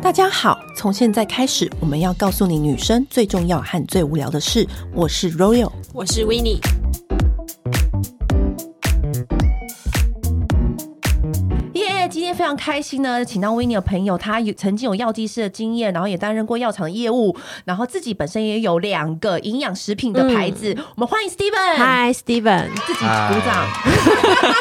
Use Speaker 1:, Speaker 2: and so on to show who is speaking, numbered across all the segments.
Speaker 1: 大家好，从现在开始，我们要告诉你女生最重要和最无聊的事。我是 Royal，
Speaker 2: 我是 w i n n i e
Speaker 1: 耶今天非常开心呢，请到 w i n n i e 的朋友，他有曾经有药剂师的经验，然后也担任过药厂的业务，然后自己本身也有两个营养食品的牌子。我们欢迎 Steven，
Speaker 2: 嗨，Steven，
Speaker 1: 自己鼓掌。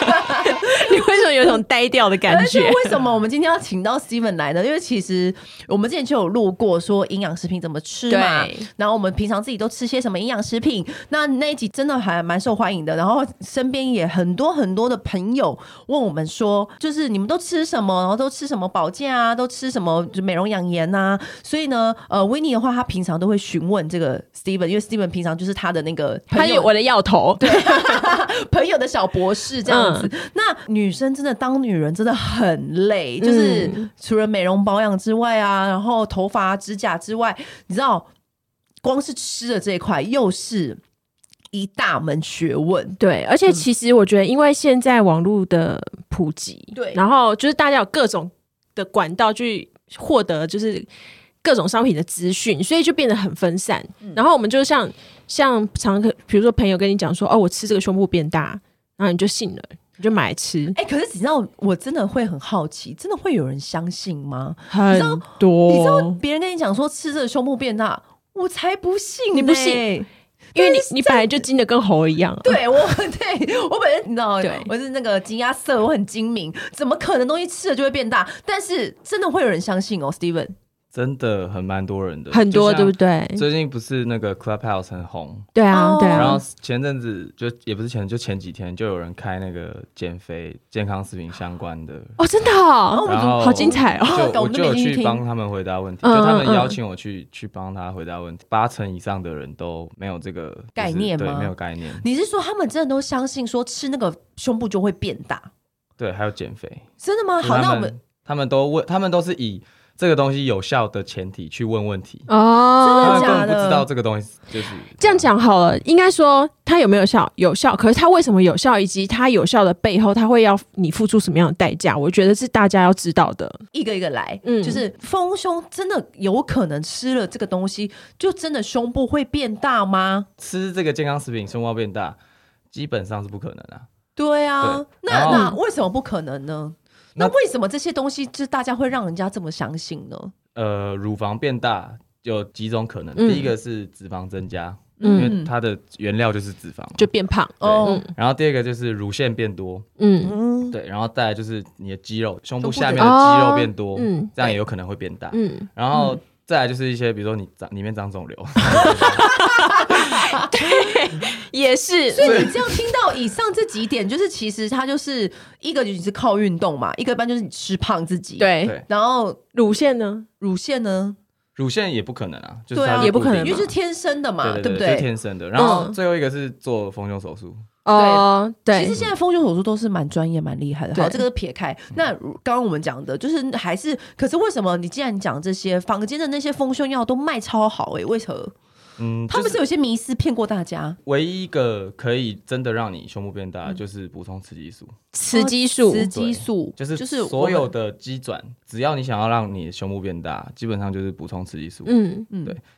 Speaker 2: 你为什么有一种呆掉的感
Speaker 1: 而 且
Speaker 2: 觉？
Speaker 1: 为什么我们今天要请到 Steven 来呢？因为其实我们之前就有录过说营养食品怎么吃嘛
Speaker 2: 对，
Speaker 1: 然后我们平常自己都吃些什么营养食品。那那一集真的还蛮受欢迎的，然后身边也很多很多的朋友问我们说，就是你们都吃什么，然后都吃什么保健啊，都吃什么就美容养颜呐、所以呢，呃 w i n n i e 的话，他平常都会询问这个 Steven，因为 Steven 平常就是他的那个
Speaker 2: 他
Speaker 1: 朋
Speaker 2: 有
Speaker 1: 友
Speaker 2: 我的药头，对，
Speaker 1: 朋友的小博士这样
Speaker 2: 嗯
Speaker 1: 子。那女生真的当女人真的很累，就是
Speaker 2: 嗯
Speaker 1: 除了美容保养之外啊，然后头发、指甲之外，你知道，光是吃的这一块又是一大门学问。
Speaker 2: 对，而且其实我觉得，因为现在网络的普及，
Speaker 1: 对
Speaker 2: 然后就是大家有各种的管道去获得，就是各种商品的资讯，所以就变得很分散。然后我们就像像常可，比如说朋友跟你讲说，哦，我吃这个胸部变大，然后你就信了，你就买来吃，
Speaker 1: 哎、可是你知道，我真的会很好奇，真的会有人相信吗？
Speaker 2: 很
Speaker 1: 道
Speaker 2: 多，
Speaker 1: 你知道，别人跟你讲说吃这个胸部变大，我才不信、
Speaker 2: 你不信？因为你你本来就金的跟猴一样、啊，
Speaker 1: 对我，对我本身你知道，
Speaker 2: 对
Speaker 1: 我是那个金鸭色，我很精明，怎么可能东西吃了就会变大？但是真的会有人相信哦，Steven。
Speaker 3: 真的很蛮多人的，
Speaker 2: 很多
Speaker 3: 就像
Speaker 2: 对不？对？
Speaker 3: 最近不是那个 Clubhouse 很红，
Speaker 2: 对啊，
Speaker 1: 哦
Speaker 2: 对
Speaker 3: 然后
Speaker 2: 啊，
Speaker 3: 前阵子就也不是前，就前几天就有人开那个减肥、健康食品相关的，
Speaker 2: 哦，真的哦，
Speaker 3: 然后
Speaker 2: 好精彩哦！
Speaker 1: 哦
Speaker 3: 就
Speaker 1: 我
Speaker 3: 我
Speaker 1: 都
Speaker 3: 就有
Speaker 1: 没进去
Speaker 3: 去
Speaker 1: 听
Speaker 3: 帮他们回答问题，
Speaker 2: 嗯
Speaker 3: 就他
Speaker 2: 嗯
Speaker 3: 们
Speaker 2: 嗯
Speaker 3: 邀请我去去帮他回答问题，八成以上的人都没有这个就是
Speaker 1: 概念
Speaker 3: 对，
Speaker 1: 吗
Speaker 3: 没有 概念，
Speaker 1: 你是说他们真的都相信说吃那个胸部就会变大？
Speaker 3: 对，还有减肥。
Speaker 1: 真的
Speaker 2: 啊
Speaker 1: 吗？
Speaker 3: 就
Speaker 1: 好，
Speaker 3: 他
Speaker 1: 那我们
Speaker 3: 们他们都问，他们都是以这个东西有效的前提去问问题，他
Speaker 2: 哦
Speaker 3: 们，根本
Speaker 1: 假的
Speaker 3: 不知道这个东西就是
Speaker 2: 这样讲好了，应该说它有没有效？有效，可是它为什么有效，以及它有效的背后，它会要你付出什么样的代价？我觉得是大家要知道的。
Speaker 1: 一个一个来，
Speaker 2: 嗯
Speaker 1: 就是丰胸真的有可能吃了这个东西，就真的胸部会变大吗？
Speaker 3: 吃这个健康食品，胸包变大，基本上是不可能啊。
Speaker 1: 对啊，
Speaker 3: 对
Speaker 1: 那
Speaker 3: 然后
Speaker 1: 那为什么不可能呢？那
Speaker 3: 那
Speaker 1: 为什么这些东西就是大家会让人家这么相信呢？
Speaker 3: 呃，乳房变大有几种可能，
Speaker 2: 嗯
Speaker 3: 第一个是脂肪增加，因
Speaker 2: 嗯，
Speaker 3: 为它的原料就是脂肪嘛。
Speaker 2: 就变胖。
Speaker 1: 哦，
Speaker 3: 然后第二个就是乳腺变多，
Speaker 2: 嗯
Speaker 1: 嗯，
Speaker 3: 对，然后再来就是你的肌肉，胸
Speaker 1: 部
Speaker 3: 部
Speaker 1: 的
Speaker 3: 下面的肌肉变
Speaker 2: 哦
Speaker 3: 多，
Speaker 2: 嗯
Speaker 3: 这样也有可能会变大。
Speaker 2: 嗯，
Speaker 3: 然后再来就是一些，比如说你长里面长肿瘤，
Speaker 2: 也是。
Speaker 1: 所以你这样听到以上这几点，就是其实它就是一个你是靠运动嘛，一个一般就是你吃胖自己。，
Speaker 2: 对
Speaker 3: 对，
Speaker 1: 然后
Speaker 2: 乳腺呢？
Speaker 1: 乳腺呢，
Speaker 3: 乳腺也不可能啊，就是
Speaker 1: 对啊
Speaker 3: 它是
Speaker 2: 也不可能
Speaker 3: 固
Speaker 1: 因
Speaker 3: 定
Speaker 1: 为
Speaker 3: 的
Speaker 1: 是天生的嘛，
Speaker 3: 对
Speaker 1: 不
Speaker 3: 对，这是
Speaker 1: 对？
Speaker 3: 天生的。然后
Speaker 2: 嗯
Speaker 3: 最后一个是做丰胸手术，
Speaker 2: 哦，
Speaker 1: 其
Speaker 2: 对
Speaker 1: 实，现在丰胸手术都是蛮专业、蛮厉害的。好，
Speaker 2: 对
Speaker 1: 这个是撇开。那如刚刚我们讲的，就是还是，可是为什么你既然讲这些，坊间的那些丰胸药都卖超好诶、为何？
Speaker 3: 嗯，
Speaker 1: 他
Speaker 3: 就
Speaker 1: 们是有些迷思骗过大家？
Speaker 3: 唯一一个可以真的让你胸部变
Speaker 2: 嗯
Speaker 3: 大，就是补充雌激素，
Speaker 2: 哦雌激素
Speaker 1: 雌激素
Speaker 3: 就是
Speaker 1: 就是我
Speaker 3: 所有
Speaker 1: 们
Speaker 3: 的肌转，只要你想要让你的胸部变大，基本上就是补充雌激素。
Speaker 2: 嗯，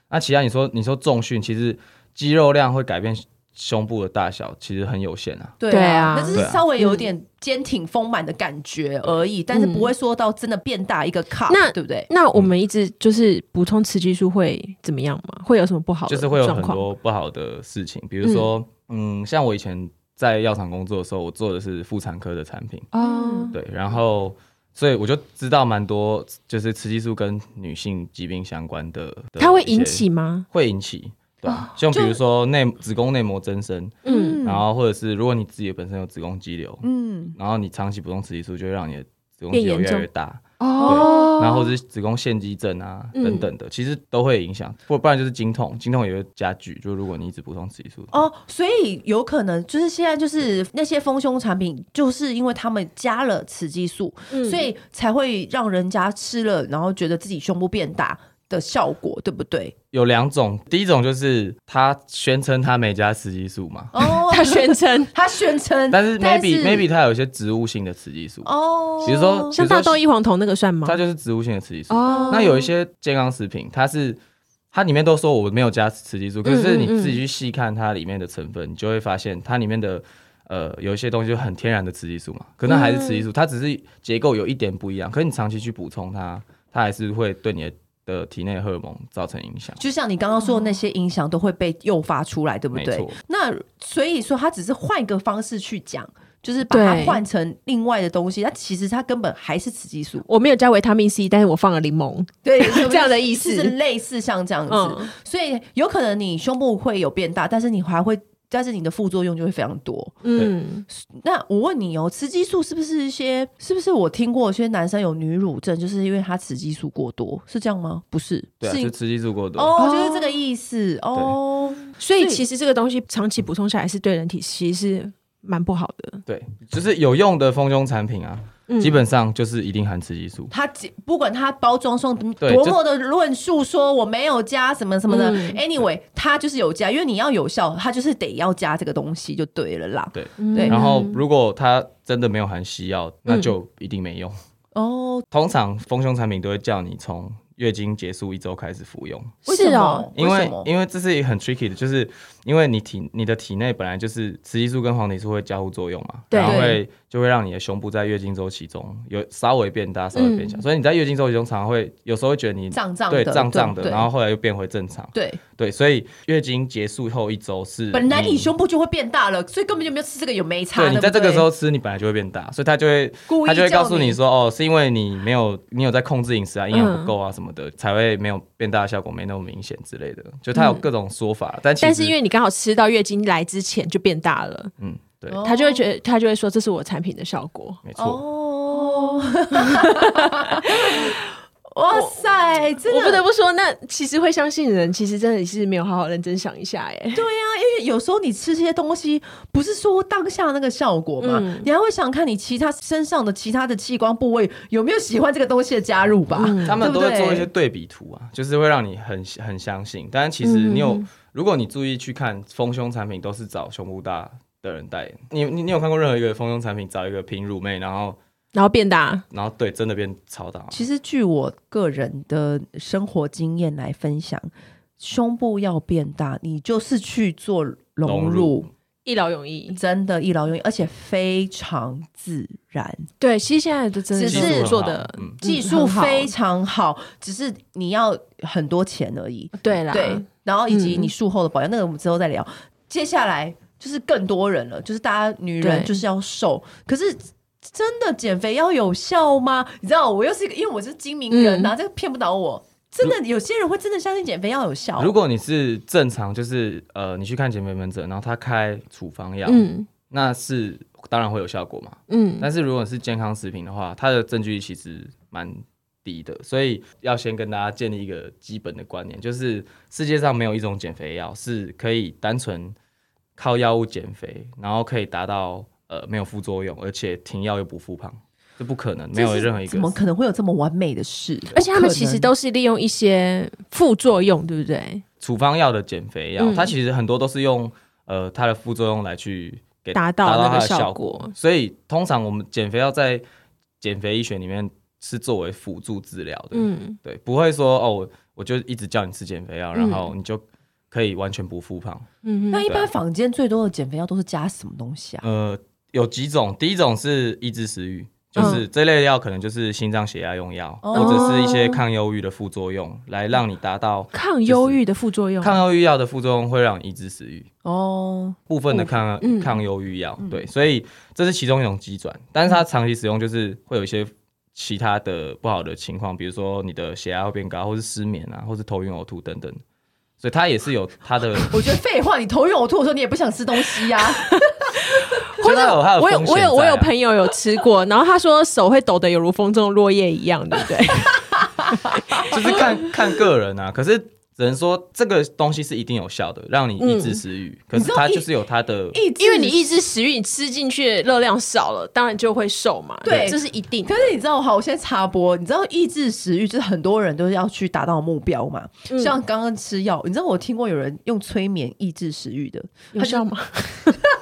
Speaker 3: 那其他你说你说重训，其实肌肉量会改变胸部的大小，其实很有限啊。
Speaker 1: 对
Speaker 2: 对
Speaker 1: 啊
Speaker 2: 啊，
Speaker 1: 那只是
Speaker 3: 对啊
Speaker 1: 稍微有点坚挺丰满的感觉而已，但是不会说到真的变大一个卡，
Speaker 2: 那
Speaker 1: 对不对？
Speaker 2: 那我们一直就是补充雌激素会怎么样吗？会有什么不好的
Speaker 3: 就是会有
Speaker 2: 状
Speaker 3: 很
Speaker 2: 况？
Speaker 3: 多不好的事情，比如说，嗯，像我以前在药厂工作的时候，我做的是妇产科的产品，
Speaker 2: 哦，
Speaker 3: 对，然后所以我就知道蛮多，就是雌激素跟女性疾病相关的，的
Speaker 2: 它会
Speaker 3: 一些
Speaker 2: 引起吗？
Speaker 3: 会引起，对吧、像比如说内子宫内膜增生，
Speaker 2: 嗯，
Speaker 3: 然后或者是如果你自己本身有子宫肌瘤，
Speaker 1: 嗯，
Speaker 3: 然后你长期补充雌激素，就会让你的子宫肌瘤
Speaker 2: 变严
Speaker 3: 越
Speaker 2: 重
Speaker 3: 来越大，
Speaker 2: 哦，
Speaker 3: 然后或者是子宫腺肌症啊、
Speaker 2: 嗯
Speaker 3: 等等的，其实都会影响，或不然就是经痛，经痛也会加剧，就如果你一直补充雌激素，
Speaker 1: 哦，所以有可能就是现在就是那些丰胸产品，就是因为他们加了雌激素，
Speaker 2: 嗯
Speaker 1: 所以才会让人家吃了，然后觉得自己胸部变大。的效果，对不对？
Speaker 3: 有两种，第一种就是他宣称他每加雌激素嘛，
Speaker 1: 哦，
Speaker 2: 他宣称
Speaker 1: 他宣称，
Speaker 3: 但是
Speaker 1: 但
Speaker 3: maybe
Speaker 1: 是
Speaker 3: maybe 它有一些植物性的雌激素，
Speaker 1: 哦，
Speaker 3: 比如说
Speaker 2: 像大豆异黄酮那个算吗
Speaker 3: 它？就是植物性的雌激素。
Speaker 2: 哦
Speaker 3: 那有一些健康食品，它是它里面都说我没有加雌激素，可
Speaker 2: 嗯
Speaker 3: 是
Speaker 2: 嗯
Speaker 3: 你自己去细看它里面的成分，你就会发现它里面的呃有一些东西就很天然的雌激素嘛，可那还是雌
Speaker 2: 嗯
Speaker 3: 激素，它只是结构有一点不一样，可是你长期去补充它，它还是会对你的的体内荷尔蒙造成影 响。
Speaker 1: 就像你刚刚说的那些影响都会被诱发出来，对不
Speaker 3: 没
Speaker 1: 对
Speaker 3: 错？
Speaker 1: 那所以说，他只是换一个方式去讲，就是把它
Speaker 2: 对
Speaker 1: 换成另外的东西，但其实它根本还是雌激素，
Speaker 2: 我没有加维他命 C，但是我放了柠檬。
Speaker 1: 对，
Speaker 2: 这样的意思
Speaker 1: 就是类似像这样子。
Speaker 2: 嗯
Speaker 1: 所以有可能你胸部会有变大，但是你还会，但是你的副作用就会非常多。
Speaker 2: 嗯，
Speaker 1: 那我问你哦，雌激素是不是一些？是不是我听过有些男生有女乳症，就是因为他雌激素过多，是这样吗？不是，
Speaker 3: 对啊，
Speaker 1: 是
Speaker 3: 就雌激素过多。
Speaker 1: 哦，就是这个意思哦。
Speaker 2: 所以
Speaker 1: 所以
Speaker 2: 其实这个东西长期补充下来是对人体其实是蛮不好的。
Speaker 3: 对，就是有用的丰胸产品啊，
Speaker 2: 嗯
Speaker 3: 基本上就是一定含雌激素。
Speaker 1: 他只不管他包装上
Speaker 3: 对
Speaker 1: 多么的论述说我没有加什么什么的、
Speaker 2: 嗯
Speaker 1: a n y w a y 他就是有加，因为你要有效，他就是得要加这个东西就对了啦。
Speaker 3: 对，
Speaker 2: 嗯
Speaker 1: 对
Speaker 3: 然后如果它真的没有含西药，那就一定没用。
Speaker 1: 哦，
Speaker 3: 通常丰胸产品都会叫你从月经结束一周开始服用，
Speaker 1: 为什
Speaker 2: 是哦
Speaker 1: 么？
Speaker 3: 因
Speaker 1: 为
Speaker 3: 为
Speaker 1: 什么
Speaker 3: 因为这是一个很 tricky 的，就是因为你体你的体内本来就是雌激素跟黄体素会交互作用嘛，
Speaker 2: 对
Speaker 3: 然后会就会让你的胸部在月经周期中有稍微变大，稍微变小，所以你在月经周期中常常会有时候会觉得你
Speaker 1: 嗯胀胀的，
Speaker 3: 对胀胀的，
Speaker 1: 对
Speaker 3: 然后后来又变回正常，
Speaker 1: 对，
Speaker 3: 对，所以月经结束后一周是嗯
Speaker 1: 本来你胸部就会变大了，所以根本就没有吃这个有没差。
Speaker 3: 对你在
Speaker 1: 不
Speaker 3: 这个时候吃，你本来就会变大，所以它就会
Speaker 1: 故意
Speaker 3: 他就会
Speaker 1: 叫
Speaker 3: 告诉你说，哦，是因为你没有你有在控制饮食啊，营养不够啊什么的，才会没有变大的效果没那么明显之类的。就他有各种说法，但其实
Speaker 2: 但是因为你刚好吃到月经来之前就变大了，
Speaker 3: 嗯，对，
Speaker 1: 哦
Speaker 2: 他就会觉得他就会说这是我产品的效果。
Speaker 3: 没 错，
Speaker 1: 哦，哇塞，真
Speaker 2: 我
Speaker 1: 的
Speaker 2: 不得不说，那其实会相信的人，其实真的是没有好好认真想一下、哎，
Speaker 1: 对呀、因为有时候你吃这些东西，不是说当下那个效果嘛，
Speaker 2: 嗯
Speaker 1: 你还会想看你其他身上的其他的器官部位有没有喜欢这个东西的加入吧？
Speaker 2: 嗯
Speaker 3: 他们都
Speaker 1: 对
Speaker 3: 会
Speaker 1: 不对
Speaker 3: 做一些对比图啊，就是会让你很很相信。但是其
Speaker 2: 嗯
Speaker 3: 实你有，如果你注意去看丰胸产品，都是找胸部大的人代言。你你你有看过任何一个丰胸产品找一个平乳妹，然后
Speaker 2: 然后变大，
Speaker 3: 然后对真的变超大吗？
Speaker 1: 其实据我个人的生活经验来分享，胸部要变大，你就是去做隆
Speaker 3: 隆
Speaker 1: 乳
Speaker 3: 乳，
Speaker 2: 一劳永逸。
Speaker 1: 真的一劳永逸，而且非常自然。
Speaker 2: 对，其实现在的真的
Speaker 1: 只
Speaker 3: 技术
Speaker 1: 是
Speaker 3: 很好
Speaker 2: 做的
Speaker 3: 嗯，
Speaker 1: 技术非
Speaker 2: 常
Speaker 1: 常好，只是你要很多钱而已。
Speaker 2: 对啦，
Speaker 1: 对，然后以及
Speaker 2: 嗯
Speaker 1: 你术后的保养，那个我们之后再聊。接下来就是更多人了，就是大家女人
Speaker 2: 对
Speaker 1: 就是要瘦，可是。真的减肥要有效吗？你知道我又是一个，因为我是精明人啊
Speaker 2: 嗯
Speaker 1: 呐、这个骗不倒我。真的，有些人会真的相信减肥要有效。
Speaker 3: 如果你是正常，就是呃，你去看减肥门诊，然后他开处方药，
Speaker 2: 嗯
Speaker 3: 那是当然会有效果嘛。
Speaker 2: 嗯，
Speaker 3: 但是如果是健康食品的话，它的证据其实蛮低的，所以要先跟大家建立一个基本的观念，就是世界上没有一种减肥药是可以单纯靠药物减肥，然后可以达到呃没有副作用，而且停药又不复胖，这不可能，没有
Speaker 1: 这是
Speaker 3: 任何一
Speaker 1: 怎么
Speaker 3: 个。
Speaker 1: 可能会有这么完美的事？
Speaker 2: 而且他
Speaker 1: 不
Speaker 2: 们
Speaker 1: 可
Speaker 2: 其
Speaker 1: 能
Speaker 2: 实都是利用一些副作用，对不对？
Speaker 3: 处方药的减肥药，
Speaker 2: 嗯
Speaker 3: 它其实很多都是用呃它的副作用来去给
Speaker 2: 达到
Speaker 3: 达到
Speaker 2: 那
Speaker 3: 它
Speaker 2: 个
Speaker 3: 的
Speaker 2: 效
Speaker 3: 效
Speaker 2: 果。
Speaker 3: 所以通常我们减肥药在减肥医学里面是作为辅助治疗的，
Speaker 2: 嗯，
Speaker 3: 对，不会说哦，我我就一直叫你吃减肥药，然
Speaker 2: 嗯
Speaker 3: 后你就可以完全不复胖。
Speaker 2: 嗯
Speaker 1: 那
Speaker 2: 哼，
Speaker 1: 一般坊间最多的减肥药都是加什么东西啊？
Speaker 3: 呃，有几种，第一种是抑制食欲，
Speaker 2: 嗯
Speaker 3: 就是这类药可能就是心脏血压用药，
Speaker 1: 哦
Speaker 3: 或者是一些抗忧郁的副作用，来让你达到
Speaker 2: 抗忧郁的副作用，
Speaker 3: 抗忧郁药的副作用会让你抑制食欲。
Speaker 1: 哦，
Speaker 3: 部分的抗、
Speaker 2: 嗯嗯
Speaker 3: 抗忧郁药，对，所以这是其中一种机转，但是它长期使用就是会有一些其他的不好的情况，比如说你的血压会变高，或是失眠啊，或是头晕呕吐等等，所以它也是有它的，
Speaker 1: 我觉得废话，你头晕呕吐的时候你也不想吃东西啊 呀、
Speaker 3: 就它有它的
Speaker 2: 我有
Speaker 3: 风险
Speaker 2: 我有我有
Speaker 3: 在啊
Speaker 2: 朋友有吃 过，然后他说手会抖得 有如风中落叶一样，对不对？
Speaker 3: 就是看看个人啊，可是只能说这个东西是一定有效的，让你抑
Speaker 2: 嗯
Speaker 3: 制食欲。可
Speaker 1: 你
Speaker 3: 是
Speaker 1: 知道
Speaker 3: 它
Speaker 1: 抑
Speaker 3: 就是有它的，
Speaker 1: 抑制
Speaker 2: 因为你抑制食欲，你吃进去的热量少了，当然就会瘦嘛。
Speaker 1: 对
Speaker 2: 这是一定的
Speaker 1: 可。是你知道，好，我现在插播，你知道抑制食欲就是很多人都是要去达到目标嘛，
Speaker 2: 嗯
Speaker 1: 像刚刚吃药，你知道我听过有人用催眠抑制食欲的，
Speaker 2: 有效吗？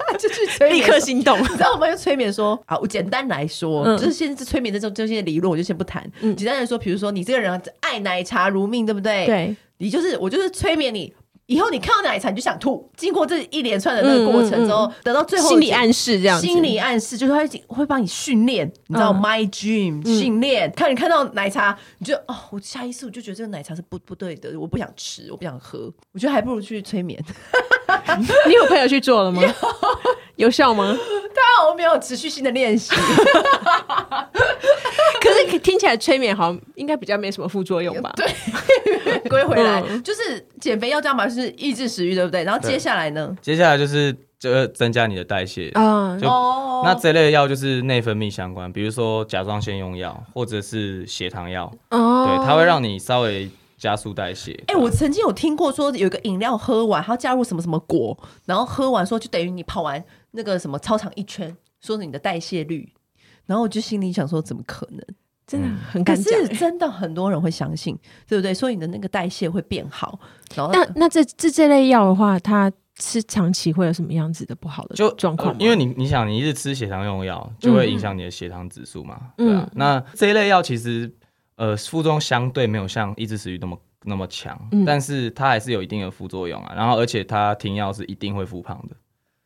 Speaker 1: 他就去催眠
Speaker 2: 立刻心动。
Speaker 1: 你知道我们用催眠说啊，我简单来说，
Speaker 2: 嗯
Speaker 1: 就是现在这催眠的这种这些理论，我就先不谈。简单来说，比如说你这个人爱奶茶如命，对不对？，
Speaker 2: 对，
Speaker 1: 你就是我就是催眠你，以后你看到奶茶你就想吐。经过这一连串的
Speaker 2: 嗯
Speaker 1: 那个过程之后，得到最后
Speaker 2: 心理
Speaker 1: 示。
Speaker 2: 暗示这样子。
Speaker 1: 心理暗示就是他会会帮你训练，你知道、
Speaker 2: 嗯
Speaker 1: my dream 训练，看你看到奶茶，你就哦，我下一次我就觉得这个奶茶是不不对的，我不想吃，我不想喝，我觉得还不如去催眠。
Speaker 2: 你有朋友去做了吗？有效吗？
Speaker 1: 当然我没有持续性的练习，
Speaker 2: 可是听起来催眠好像应该比较没什么副作用吧？对，
Speaker 1: 归回来，
Speaker 2: 嗯
Speaker 1: 就是减肥要这样嘛，就是抑制食欲，对不对？然后接下来呢？
Speaker 3: 接下来就是呃增加你的代谢。
Speaker 2: 啊，
Speaker 3: 就
Speaker 1: 哦
Speaker 3: 那这类药就是内分泌相关，比如说甲状腺用药或者是血糖药，
Speaker 2: 哦
Speaker 3: 对，它会让你稍微加速代谢。
Speaker 1: 哎、我曾经有听过说，有一个饮料喝完，它加入什么什么果，然后喝完说就等于你跑完那个什么操场一圈，说是你的代谢率。然后我就心里想说，怎么可能？
Speaker 2: 真的很
Speaker 1: 可
Speaker 2: 敢讲
Speaker 1: 是
Speaker 2: 欸。
Speaker 1: 真的很多人会相信，对不对？所以你的那个代谢会变好。然后
Speaker 2: 那那这这这类药的话，它吃长期会有什么样子的不好的
Speaker 3: 就呃
Speaker 2: 状况吗？
Speaker 3: 因为你你想，你一直吃血糖用药，就会影响你的血糖指数嘛，
Speaker 2: 嗯
Speaker 3: 对啊。那这一类药其实呃副作用相对没有像抑制食欲那么那么强，
Speaker 2: 嗯
Speaker 3: 但是它还是有一定的副作用啊。然后而且它停药是一定会复胖的，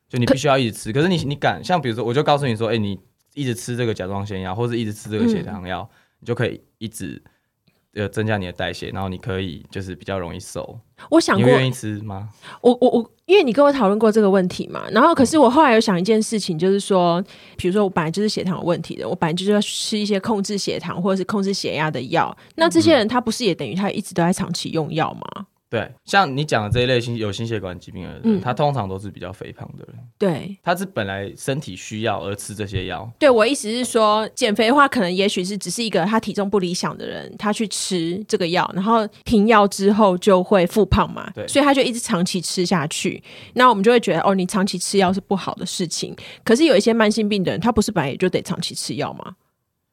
Speaker 3: 就你
Speaker 2: 可
Speaker 3: 必须要一直吃。可是你你敢像比如说，我就告诉你说，哎、你一直吃这个甲状腺药，或者一直吃这个血糖药，
Speaker 2: 嗯
Speaker 3: 你就可以一直。呃，增加你的代谢，然后你可以就是比较容易瘦。
Speaker 2: 我想
Speaker 3: 你
Speaker 2: 过
Speaker 3: 会，愿意吃吗？
Speaker 2: 我我我，因为你跟我讨论过这个问题嘛，然后
Speaker 3: 嗯
Speaker 2: 可是我后来有想一件事情，就是说，比如说我本来就是血糖有问题的，我本来就是要吃一些控制血糖或者是控制血压的药，那这
Speaker 3: 嗯
Speaker 2: 些人他不是也等于他一直都在长期用药吗？
Speaker 3: 对，像你讲的这一类心有心血管疾病的人，
Speaker 2: 嗯
Speaker 3: 他通常都是比较肥胖的人，
Speaker 2: 对，
Speaker 3: 他是本来身体需要而吃这些药。
Speaker 2: 对我意思是说，减肥的话，可能也许是只是一个他体重不理想的人，他去吃这个药，然后停药之后就会复胖嘛，
Speaker 3: 对
Speaker 2: 所以他就一直长期吃下去。那我们就会觉得，哦，你长期吃药是不好的事情。可是有一些慢性病的人，他不是本来也就得长期吃药吗？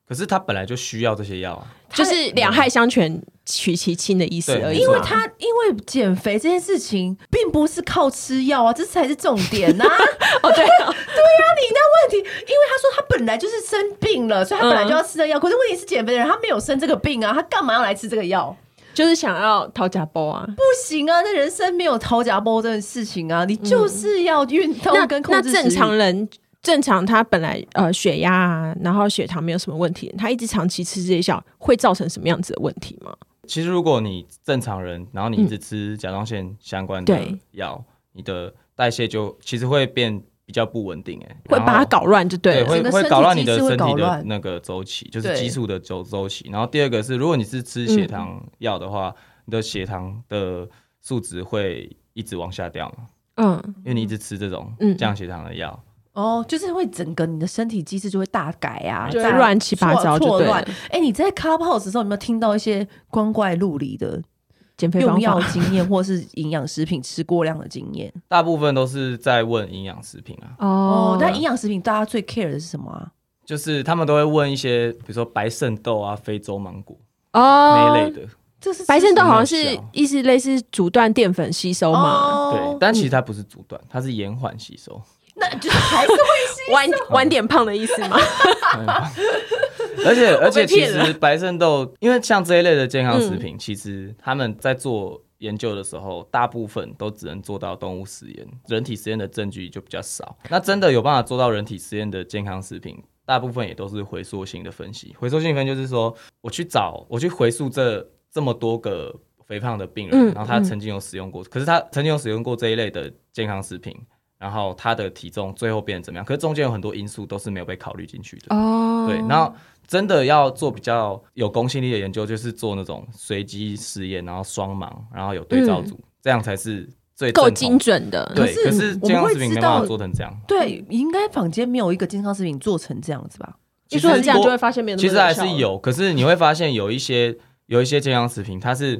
Speaker 3: 可是他本来就需要这些药啊，
Speaker 2: 就是两害相权取其轻的意思
Speaker 3: 对
Speaker 2: 而已嘛。
Speaker 1: 因为他因为减肥这件事情，并不是靠吃药啊，这才是重点 呐、
Speaker 2: 哦， 对啊、
Speaker 1: 问题，因为他说他本来就是生病了，所以他本来就要吃这药。可是问题是减肥的人他没有生这个病啊，他干嘛要来吃这个药？
Speaker 2: 就是想要讨假包啊。
Speaker 1: 不行啊，那人生没有掏夹包这件事情啊，你就是要运
Speaker 2: 嗯那
Speaker 1: 动跟控
Speaker 2: 那
Speaker 1: 制
Speaker 2: 正
Speaker 1: 食欲啊
Speaker 2: 常人。正常，他本来呃血压啊，然后血糖没有什么问题，他一直长期吃这些药，会造成什么样子的问题吗？
Speaker 3: 其实如果你正常人，然后你一
Speaker 1: 嗯
Speaker 3: 直吃甲状腺相关的
Speaker 2: 对
Speaker 3: 药，你的代谢就其实会变比较不稳定、欸，哎，
Speaker 2: 会把它搞乱就对
Speaker 3: 对，
Speaker 2: 了。
Speaker 3: 会
Speaker 1: 整个
Speaker 3: 会
Speaker 1: 身
Speaker 3: 搞
Speaker 1: 体
Speaker 3: 乱你
Speaker 1: 机
Speaker 3: 的
Speaker 1: 制会
Speaker 3: 身体
Speaker 1: 搞
Speaker 3: 的
Speaker 1: 乱
Speaker 3: 那个周期，就是
Speaker 1: 对嗯
Speaker 3: 激素的周周期。然后第二个是，如果你是吃血糖药的话，你的血糖的数值会一直往下掉嘛，
Speaker 2: 嗯，
Speaker 3: 因为你一直吃这种
Speaker 2: 嗯
Speaker 3: 降血糖的药。
Speaker 1: 哦，就是会整个你的身体机制就会大改啊，
Speaker 2: 就
Speaker 1: 大
Speaker 2: 乱七八糟就
Speaker 1: 错
Speaker 2: 对
Speaker 1: 错
Speaker 2: 了
Speaker 1: 乱。哎、你在 Clubhouse 的时候有没有听到一些光怪陆离的
Speaker 2: 减肥
Speaker 1: 用
Speaker 2: 方
Speaker 1: 药
Speaker 2: 法哦
Speaker 1: 经验，或是营养食品吃过量的经验？
Speaker 3: 大部分都是在问营养食品啊，
Speaker 1: 哦
Speaker 2: 哦，
Speaker 1: 那营养食品大家最 care 的是什么啊？
Speaker 3: 就是他们都会问一些，比如说白肾豆啊、非洲芒果
Speaker 2: 哦
Speaker 3: 那一类的，
Speaker 1: 这是
Speaker 2: 白
Speaker 1: 这是
Speaker 2: 肾豆好像
Speaker 3: 有没
Speaker 2: 是
Speaker 3: 有效
Speaker 2: 意思类似阻断淀粉吸收嘛，
Speaker 1: 哦
Speaker 3: 对，但其实它不是阻断，它是延缓吸收。
Speaker 1: 那就是还是 会
Speaker 3: 嗯
Speaker 2: 晚晚点胖的意思 嘛。
Speaker 3: 而且而且，
Speaker 2: 被
Speaker 3: 其
Speaker 2: 骗了嗯
Speaker 3: 实白肾豆，因为像这一类的健康食品，其实他们在做研究的时候，大部分都只能做到动物实验，人体实验的证据就比较少。那真的有办法做到人体实验的健康食品，大部分也都是回溯性的分析。回溯性分析就是说，我去找，我去回溯这这么多个肥胖的病人，
Speaker 2: 嗯
Speaker 3: 然后他曾经有使用过，可是他曾经有使用过这一类的健康食品。然后他的体重最后变成怎么样？可是中间有很多因素都是没有被考虑进去的。
Speaker 2: 哦
Speaker 3: 对，然后真的要做比较有公信力的研究，就是做那种随机实验，然后双盲，然后有对照组，这样才是最
Speaker 2: 嗯够
Speaker 3: 正统
Speaker 2: 精。准的。
Speaker 3: 对，
Speaker 1: 可
Speaker 3: 可
Speaker 1: 是
Speaker 3: 是
Speaker 1: 我们
Speaker 3: 健康
Speaker 1: 会
Speaker 3: 食品
Speaker 1: 知
Speaker 3: 没办
Speaker 1: 道
Speaker 3: 法做成这样。
Speaker 1: 对，应该坊间没有一个健康食品做成这样子吧？
Speaker 2: 你说成这样
Speaker 3: 其实
Speaker 2: 就会发现没有那么
Speaker 3: 其实还是
Speaker 2: 效了
Speaker 3: 有，可是你会发现有一些有一些健康食品，它是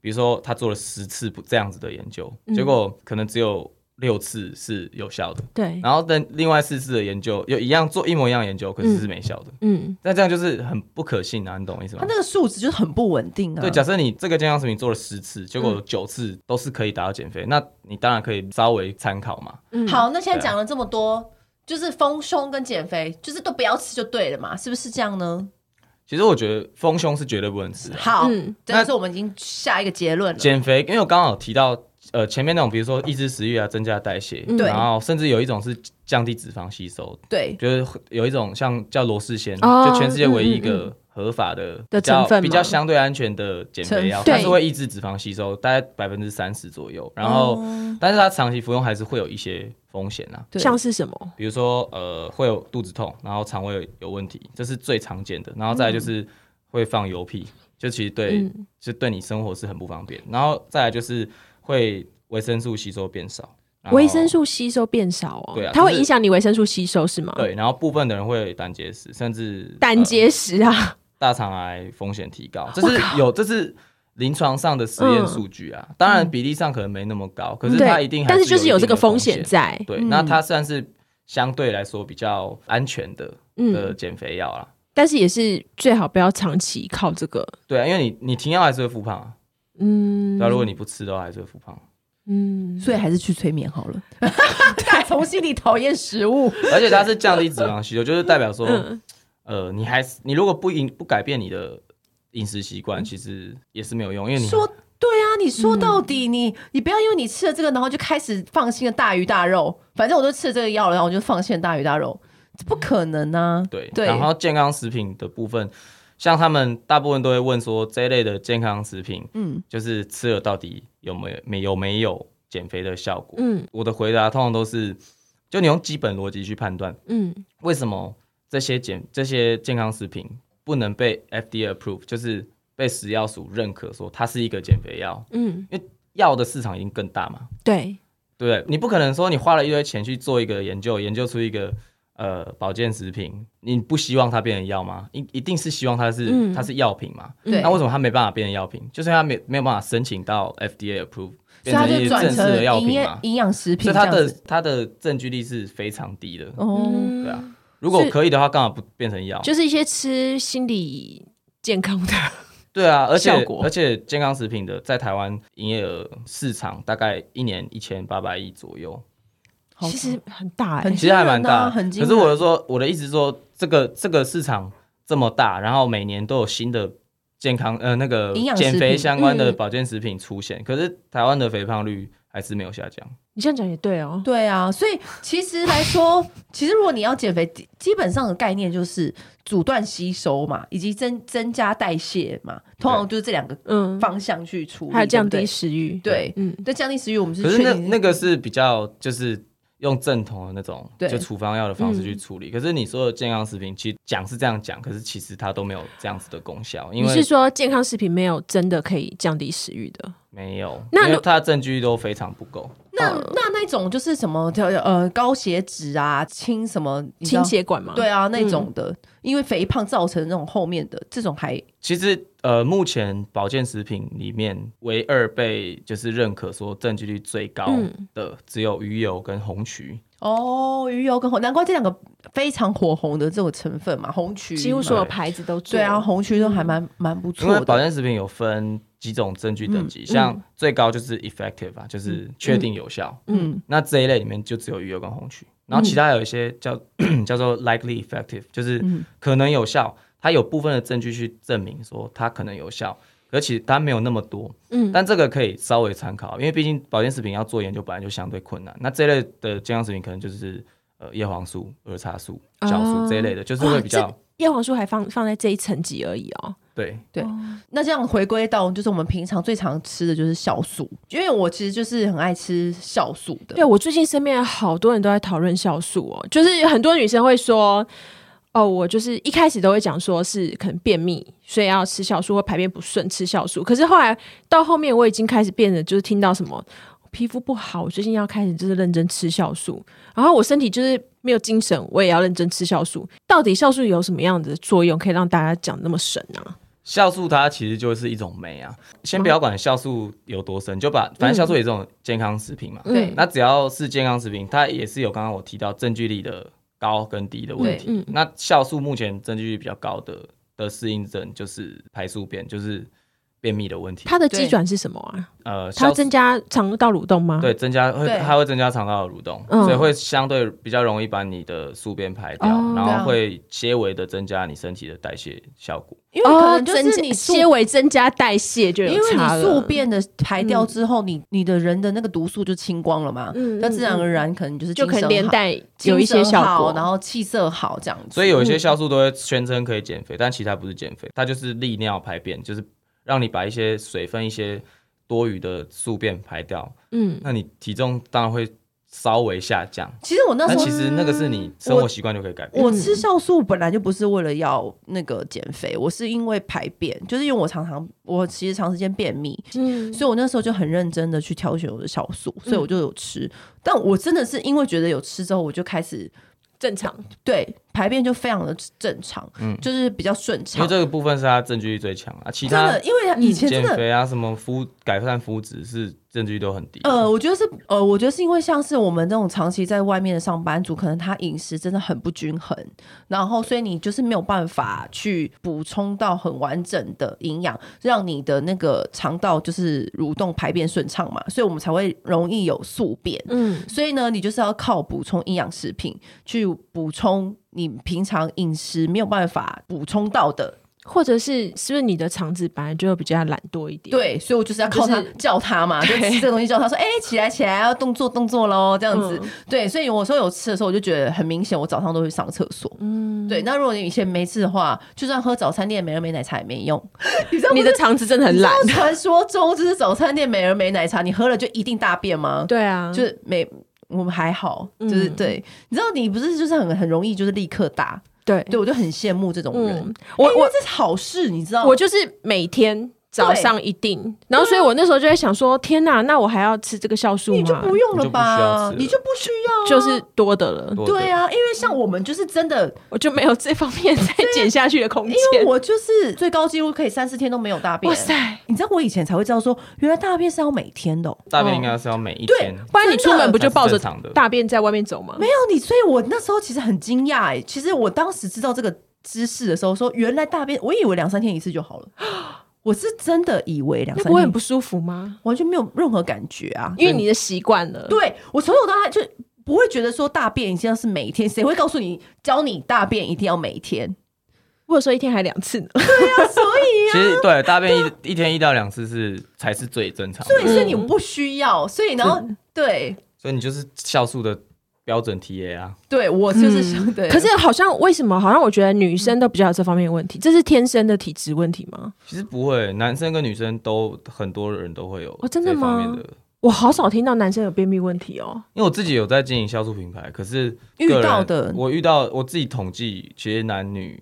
Speaker 3: 比如说他做了十次不这样子的研究，
Speaker 2: 嗯
Speaker 3: 结果可能只有六次是有效的，
Speaker 2: 对，
Speaker 3: 然后但另外四次的研究又一样做一模一样的研究，可是是没效的。
Speaker 2: 嗯，
Speaker 3: 那这样就是很不可信啊，你懂我意思吗
Speaker 1: 它？那个数值就是很不稳定啊。
Speaker 3: 对，假设你这个健康食品做了十次，结
Speaker 2: 嗯
Speaker 3: 果九次都是可以达到减肥，那你当然可以稍微参考嘛。
Speaker 2: 嗯
Speaker 1: 好，那现
Speaker 3: 啊
Speaker 1: 在讲了这么多，就是丰胸跟减肥，就是都不要吃就对了嘛，是不是这样呢？
Speaker 3: 其实我觉得丰胸是绝对不能吃的，啊
Speaker 1: 好，
Speaker 2: 嗯
Speaker 1: 这个是我们已经下一个结
Speaker 2: 啊
Speaker 1: 论了。
Speaker 3: 减肥，因为我刚好提到，呃，前面那种比如说抑制食欲啊，增加代谢，
Speaker 2: 嗯
Speaker 1: 对
Speaker 3: 然后甚至有一种是降低脂肪吸收，
Speaker 1: 对，
Speaker 3: 就是有一种像叫罗氏鲜，
Speaker 2: 哦
Speaker 3: 就全世界唯一一
Speaker 2: 嗯
Speaker 3: 个合法的
Speaker 2: 的
Speaker 3: 比较
Speaker 2: 成分吗
Speaker 3: 比较相对安全的减肥药，
Speaker 1: 成分
Speaker 3: 它是会抑制脂肪吸收，大概百分之三十左右，然后、
Speaker 2: 哦
Speaker 3: 但是它长期服用还是会有一些风险啊。
Speaker 1: 对
Speaker 2: 像是什么？
Speaker 3: 比如说，呃，会有肚子痛，然后肠胃有问题，这是最常见的。然后再来就是会放油屁，就其实对，
Speaker 2: 嗯
Speaker 3: 就对你生活是很不方便。然后再来就是会维生素吸收变少，然后
Speaker 2: 维生素吸收变少哦，
Speaker 3: 对啊
Speaker 2: 它会
Speaker 3: 就是
Speaker 2: 影响你维生素吸收是吗？，
Speaker 3: 对，然后部分的人会胆结石，甚至
Speaker 2: 胆
Speaker 3: 呃
Speaker 2: 结石啊，
Speaker 3: 大肠癌风险提高，这是有这是临床上的实验数据啊。当然比例上可能没那么高，可是它
Speaker 2: 嗯对
Speaker 3: 一定，还
Speaker 2: 但是就是是有这个
Speaker 3: 风
Speaker 2: 风险。在，
Speaker 3: 对，
Speaker 2: 嗯
Speaker 3: 那它算是相对来说比较安全的的
Speaker 2: 嗯，
Speaker 3: 减肥药啦。
Speaker 2: 但是也是最好不要长期靠这个，
Speaker 3: 对啊，因为你你停药还是会复胖啊。
Speaker 2: 嗯
Speaker 3: 对啊，如果你不吃的话，还是会复胖。啊
Speaker 2: 嗯，
Speaker 1: 所以还是去催眠好 了。打从心里讨厌食物，
Speaker 3: 而且它是降低脂肪吸收，就是代表说，
Speaker 2: 嗯
Speaker 3: 呃，你还是你如果不饮不改变你的饮食习惯，其实也是没有用，因为你
Speaker 1: 说对啊，你说到底，你你不要因为你吃了这个，然后就开始放心的大鱼大肉。反正我都吃了这个药了，然后我就放心的大鱼大肉，这不可能啊。
Speaker 3: 对
Speaker 1: 对
Speaker 3: 然后健康食品的部分，像他们大部分都会问说，这一类的健康食品，
Speaker 1: 嗯，
Speaker 3: 就是吃了到底有没有没有没有减肥的效果？
Speaker 2: 嗯
Speaker 3: 我的回答通常都是，就你用基本逻辑去判断，
Speaker 2: 嗯
Speaker 3: 为什么这些减这些健康食品不能被 FDA approve，就是被食药署认可，说它是一个减肥药？
Speaker 2: 嗯，
Speaker 3: 药的市场已经更大嘛，
Speaker 2: 对，
Speaker 3: 对不对？你不可能说你花了一堆钱去做一个研究，研究出一个呃保健食品，你不希望它变成药吗？一一定是希望它是、
Speaker 2: 嗯
Speaker 3: 它是药品嘛？
Speaker 1: 对
Speaker 3: 那为什么它没办法变成药品？就是因为它没没有办法申请到 FDA approve，
Speaker 1: 所以
Speaker 3: 变
Speaker 1: 它
Speaker 3: 成
Speaker 1: 就
Speaker 3: 一些
Speaker 1: 转
Speaker 3: 正式的药
Speaker 1: 成营
Speaker 3: 品
Speaker 1: 业
Speaker 3: 嘛？
Speaker 1: 营养食
Speaker 3: 所
Speaker 1: 品
Speaker 3: 以
Speaker 1: 这
Speaker 3: 它
Speaker 1: 样
Speaker 3: 的
Speaker 1: 子。
Speaker 3: 它的证据力是非常低的。
Speaker 1: 哦，
Speaker 3: 对啊
Speaker 2: 嗯，
Speaker 3: 如果
Speaker 2: 是
Speaker 3: 可以的话，干嘛不变成药？
Speaker 2: 就是一些吃心理健康的，
Speaker 3: 对啊，而且
Speaker 2: 效果
Speaker 3: 而且健康食品的在台湾营业额市场大概一年一千八百亿左右，
Speaker 1: 好
Speaker 2: 其实很大哎
Speaker 1: 很，
Speaker 3: 其实还蛮大的。
Speaker 1: 很惊
Speaker 3: 可
Speaker 1: 人
Speaker 3: 是我是说，我的意思是说，这个这个市场这么大，然后每年都有新的健康呃那个
Speaker 1: 营养食品
Speaker 3: 减肥相关的
Speaker 2: 嗯
Speaker 3: 保健食品出现，可是台湾的肥胖率还是没有下降。
Speaker 2: 你这样讲也对哦，
Speaker 1: 对啊，所以其实来说， 其实如果你要减肥，基基本上的概念就是阻断吸收嘛，以及增增加代谢嘛，通常就是这两个
Speaker 2: 嗯，
Speaker 1: 方向去处理，
Speaker 2: 还有降
Speaker 1: 对
Speaker 2: 低
Speaker 1: 不
Speaker 2: 食欲，
Speaker 1: 对。对
Speaker 2: 嗯，
Speaker 1: 那降低食欲，我们是
Speaker 3: 可是
Speaker 1: 确
Speaker 3: 那
Speaker 1: 定
Speaker 3: 那个是比较就是用正统的那种
Speaker 1: 对
Speaker 3: 就处方药的方式去
Speaker 2: 嗯
Speaker 3: 处理。可是你说的健康食品，其实讲是这样讲，可是其实它都没有这样子的功效，因
Speaker 2: 你
Speaker 3: 为
Speaker 2: 是说健康食品没有真的可以降低食欲的？
Speaker 3: 没有，
Speaker 2: 那
Speaker 3: 因为
Speaker 2: 如
Speaker 3: 它的证据都非常不够。
Speaker 1: 那那那种就是什么呃高血脂啊、轻什么你知道
Speaker 2: 清血嗯管吗？
Speaker 1: 对，啊那种的，因为肥胖造成那种后面的这种还
Speaker 3: 其实呃，目前保健食品里面唯二被就是认可说证据率最高
Speaker 2: 嗯
Speaker 3: 的，只有鱼油跟红曲。
Speaker 1: 哦鱼油跟红，难怪这两个非常火红的这种成分嘛，红曲
Speaker 2: 几乎所有牌子都做。
Speaker 1: 对啊，红曲都还蛮蛮不
Speaker 3: 因
Speaker 1: 错
Speaker 3: 为
Speaker 1: 的，
Speaker 3: 嗯保健食品有分几种证据等级，像最高就是 effective 啊，就是确定有效。
Speaker 1: 嗯
Speaker 3: 那这一类里面就只有鱼油跟红曲，然后其他有一些叫、 叫做 likely effective，就是可能有效，它有部分的证据去证明说它可能有效，而且它没有那么多。
Speaker 2: 嗯
Speaker 3: 但这个可以稍微参考，因为毕竟保健食品要做研究本来就相对困难。那这类的健康食品可能就是呃叶黄素、儿茶素、酵素、
Speaker 2: 哦
Speaker 3: 这一类的，就是会比较
Speaker 2: 哇这叶黄素还放放在这一层级而已哦。
Speaker 3: 对。
Speaker 1: 那这样回归到就是我们平常最常吃的就是酵素，因为我其实就是很爱吃酵素的。
Speaker 2: 对我最近身边好多人都在讨论酵素哦，就是很多女生会说，哦，我就是一开始都会讲说是可能便秘，所以要吃酵素或排便不顺吃酵素，可是后来到后面我已经开始变得就是听到什么。皮肤不好，我最近要开始就是认真吃酵素，然后我身体就是没有精神，我也要认真吃酵素。到底酵素有什么样的作用，可以让大家讲那么神啊？
Speaker 3: 酵素它其实就是一种酶啊，先不要管酵素有多深，就把反正酵素也是一种健康食品嘛。
Speaker 2: 嗯
Speaker 1: 对
Speaker 3: 嗯那只要是健康食品，它也是有刚刚我提到证据力的高跟低的问题。
Speaker 2: 对嗯
Speaker 3: 那酵素目前证据力比较高的的适应症就是排宿便，就是便秘的问题。
Speaker 2: 它的
Speaker 1: 对
Speaker 2: 机转是什么啊？
Speaker 3: 呃，
Speaker 2: 它
Speaker 3: 酵素
Speaker 2: 增加肠道蠕动吗？
Speaker 3: 对，增加会
Speaker 1: 对
Speaker 3: 它会增加肠道的蠕动，
Speaker 2: 嗯
Speaker 3: 所以会相对比较容易把你的宿便排掉，
Speaker 2: 哦
Speaker 3: 然
Speaker 1: 对啊
Speaker 3: 后会些微的增加你身体的代谢效果。
Speaker 1: 因为可
Speaker 2: 哦，
Speaker 1: 能就
Speaker 2: 增
Speaker 1: 是
Speaker 2: 加
Speaker 1: 你宿
Speaker 2: 些微增加代谢就有
Speaker 1: 因为
Speaker 2: 差
Speaker 1: 你
Speaker 2: 了
Speaker 1: 宿，便的排掉之后，你你的人的那个毒素就清光了嘛，
Speaker 2: 嗯
Speaker 1: 那自然而然可能就是
Speaker 2: 就可
Speaker 1: 精
Speaker 2: 能
Speaker 1: 神
Speaker 2: 连
Speaker 1: 好
Speaker 2: 带有一些
Speaker 1: 精神
Speaker 2: 效
Speaker 1: 好
Speaker 2: 果，
Speaker 1: 然后气色好这样子。
Speaker 3: 所以有一些酵素都会宣称可以减肥，但其实它不是减肥，它就是利尿排便，就是让你把一些水分、一些多余的宿便排掉，
Speaker 2: 嗯，
Speaker 3: 那你体重当然会稍微下降。
Speaker 1: 其实我那
Speaker 3: 但
Speaker 1: 时候
Speaker 3: 其实那个是你生活习惯就可以改
Speaker 2: 嗯
Speaker 3: 变。
Speaker 1: 我吃酵素本来就不是为了要那个减肥，我是因为排便，就是因为我常常我其实长时间便秘，
Speaker 2: 嗯
Speaker 1: 所以我那时候就很认真的去挑选我的酵素，所以
Speaker 3: 嗯
Speaker 1: 我就有吃。但我真的是因为觉得有吃之后，我就开始
Speaker 2: 正常，
Speaker 1: 对排便就非常的正常，就是比较顺
Speaker 3: 嗯因为
Speaker 1: 畅。
Speaker 3: 这个部分是它证据力最强啊，其
Speaker 1: 真
Speaker 3: 他
Speaker 1: 的，因为以前真
Speaker 3: 减
Speaker 1: 的
Speaker 3: 肥啊、什么肤改善肤质是证据力都很低。
Speaker 1: 呃，我觉得是呃，我觉得是因为像是我们这种长期在外面的上班族，可能他饮食真的很不均衡，然后所以你就是没有办法去补充到很完整的营养，让你的那个肠道就是蠕动排便顺畅嘛，所以我们才会容易有宿便。
Speaker 2: 嗯，
Speaker 1: 所以呢，你就是要靠补充营养食品去补充你平常饮食没有办法补充到的。
Speaker 2: 或者是是不是你的肠子本来就比较懒惰一点？，
Speaker 1: 对，所以我就是要靠他、
Speaker 2: 就是
Speaker 1: 叫他嘛，就吃这个东西叫他说，哎、起来起来，要动作动作喽，这样子。
Speaker 2: 嗯
Speaker 1: 对，所以我说有吃的时候，我就觉得很明显，我早上都会上厕所。嗯，对。那如果你以前没吃的话，就算喝早餐店美而美奶茶也没 用。你知道
Speaker 2: 你的肠子真的很懒
Speaker 1: 不，是传说中就是早餐店美而美奶茶，你喝了就一定大便吗？
Speaker 2: 对啊，
Speaker 1: 就是没。我们还好，就是、
Speaker 2: 嗯
Speaker 1: 对，你知道你不是就是很很容易就是立刻大，
Speaker 2: 对，
Speaker 1: 对我就很羡慕这种人，
Speaker 2: 嗯，我
Speaker 1: 因为
Speaker 2: 我
Speaker 1: 哎这是好事，你知道吗？
Speaker 2: 我就是每天。早上一定，
Speaker 1: 啊
Speaker 2: 然后所以我那时候就在想说，天哪，那我还要吃这个酵素
Speaker 1: 你就
Speaker 2: 吗？
Speaker 1: 不用了吧，你
Speaker 3: 你
Speaker 1: 就
Speaker 3: 就
Speaker 1: 不需要、
Speaker 2: 就是多的嗯了，
Speaker 3: 多的
Speaker 1: 对啊，因为像我们就是真的，
Speaker 2: 我就没有这方面再减下去的空
Speaker 1: 因
Speaker 2: 间。
Speaker 1: 为我就是最高纪录可以三四天都没有大便。
Speaker 2: 哇！塞，
Speaker 1: 你知哎道我以前才会知道说，原来大便是要每天的哦、
Speaker 3: 大便应该是要每一天。
Speaker 2: 不然你出门不就抱着
Speaker 3: 真的才是正常的
Speaker 2: 大便在外面走吗？
Speaker 1: 没有你，所以我那时候其实很惊讶哎。其实我当时知道这个知识的时候，说原来大便，我以为两三天一次就好 了，我是真的以为两
Speaker 2: 那
Speaker 1: 三
Speaker 2: 不会很
Speaker 1: 天
Speaker 2: 不舒服吗？
Speaker 1: 完全没有任何感觉啊。
Speaker 2: 因为你的习惯了。
Speaker 1: 对我从小到大就不会觉得说大便一定要是每一天，谁会告诉你教你大便一定要每天？啊
Speaker 2: 或者说一天还两次呢。
Speaker 1: 所以
Speaker 3: 其实对大便
Speaker 2: 啊
Speaker 3: 一一天一到两次是才是最正常
Speaker 1: 对，
Speaker 3: 的，
Speaker 1: 所以你不需要，所以然后
Speaker 2: 嗯
Speaker 1: 对
Speaker 3: 所以你就是酵素的标准 TA 啊。
Speaker 1: 对，我嗯就是想对，
Speaker 2: 可是好像为什么？好像我觉得女生都比较有这方面的问题，这是天生的体质问题吗？
Speaker 3: 其实不会，男生跟女生都很多人都会有
Speaker 2: 哦真的
Speaker 3: 这
Speaker 2: 吗
Speaker 3: 方面的，
Speaker 2: 我好少听到男生有便秘问题哦。
Speaker 3: 因为我自己有在经营酵素品牌，可是个
Speaker 1: 遇
Speaker 3: 人
Speaker 1: 到的
Speaker 3: 我遇到我自己统计，其实男女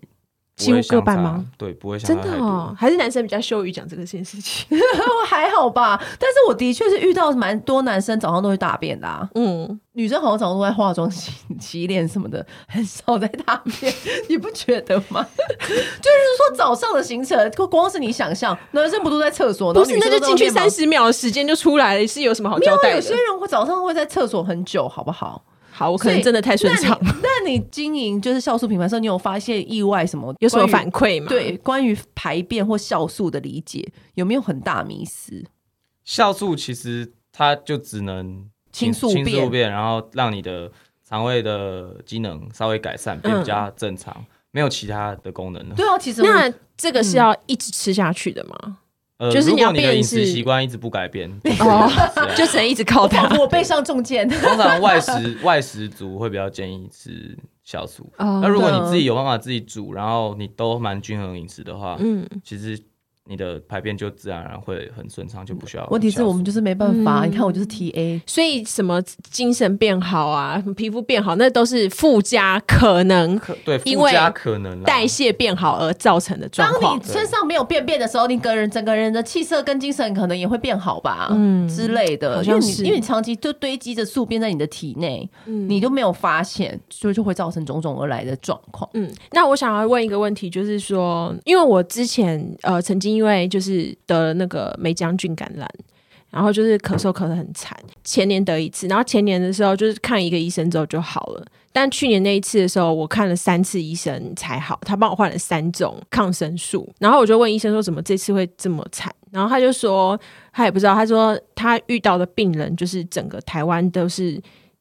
Speaker 3: 不
Speaker 2: 几乎
Speaker 3: 会相
Speaker 2: 各半
Speaker 3: 差
Speaker 2: 吗？
Speaker 3: 对，不会相
Speaker 2: 真
Speaker 3: 差
Speaker 2: 的
Speaker 3: 太多。
Speaker 2: 哦，还是男生比较羞于讲这个件事 情。
Speaker 1: 还好吧。但是我的确是遇到蛮多男生早上都会大便的、啊，
Speaker 2: 嗯，
Speaker 1: 女生好像早上都在化妆、洗洗脸什么的，很少在大便，你不觉得 吗？就是说早上的行程，光光是你想象，男生不都在厕所？
Speaker 2: 不是，
Speaker 1: 然后
Speaker 2: 那
Speaker 1: 女生
Speaker 2: 就
Speaker 1: 都在
Speaker 2: 进去
Speaker 1: 外面
Speaker 2: 三
Speaker 1: 吗。
Speaker 2: 十秒的时间就出来了，是有什么好
Speaker 1: 没
Speaker 2: 交
Speaker 1: 有，
Speaker 2: 代
Speaker 1: 有些
Speaker 2: 的？
Speaker 1: 人会早上会在厕所很久，好不好？
Speaker 2: 好，我可能真的太顺畅，
Speaker 1: 那你。那你经营就是酵素品牌的时候，你有发现意外什么？
Speaker 2: 有什
Speaker 1: 关
Speaker 2: 么
Speaker 1: 于
Speaker 2: 反馈吗？
Speaker 1: 对，关于排便或酵素的理解有没有很大迷思？
Speaker 3: 酵素其实它就只能
Speaker 1: 清宿
Speaker 3: 清
Speaker 1: 便
Speaker 3: 宿便，然后让你的肠胃的机能稍微改善，
Speaker 2: 嗯
Speaker 3: 变比较正常，没有其他的功能了。
Speaker 1: 对啊，其实我
Speaker 2: 那这个是要一直吃下去的吗？
Speaker 3: 呃，
Speaker 2: 就是
Speaker 3: 如
Speaker 2: 你要
Speaker 3: 果你的
Speaker 2: 变
Speaker 3: 饮食
Speaker 2: 是
Speaker 3: 习惯一直不改变，
Speaker 2: 哦
Speaker 3: 是啊
Speaker 2: 就只能一直靠它
Speaker 1: 仿。佛我背上中箭。
Speaker 3: 通常外食外食族会比较建议吃酵素。
Speaker 2: 哦
Speaker 3: 那如果你自己有办法自己煮，然后你都蛮均衡饮食的话，
Speaker 2: 嗯，
Speaker 3: 其实你的排便就自然而然会很顺畅，就不需要。
Speaker 1: 问题是我们就是没办法，
Speaker 2: 嗯
Speaker 1: 你看我就是 T A，
Speaker 2: 所以什么精神变好啊，什么皮肤变好，那都是附加可能
Speaker 3: 可对
Speaker 2: 因
Speaker 3: 附加
Speaker 2: 为
Speaker 3: 可能啦啊
Speaker 2: 代谢变好而造成的状
Speaker 1: 当
Speaker 2: 况
Speaker 1: 你。身上没有便便的时候，你个人整个人的气色跟精神可能也会变好吧，嗯之类的。
Speaker 2: 好
Speaker 1: 因
Speaker 2: 像
Speaker 1: 为你
Speaker 2: 是
Speaker 1: 因为你长期就堆积着宿便在你的体内，你都没有发现，所以就会造成种种而来的状况。
Speaker 2: 嗯，那我想要问一个问题，就是说，因为我之前呃曾经因为就是得了那个梅将军感染，然后就是咳嗽咳得很惨，前年得一次，然后前年的时候就是看一个医生之后就好了，但去年那一次的时候，我看了三次医生才好，他帮我换了三种抗生素，然后我就问医生说怎么这次会这么惨，然后他就说他也不知道，他说他遇到的病人就是整个台湾都是。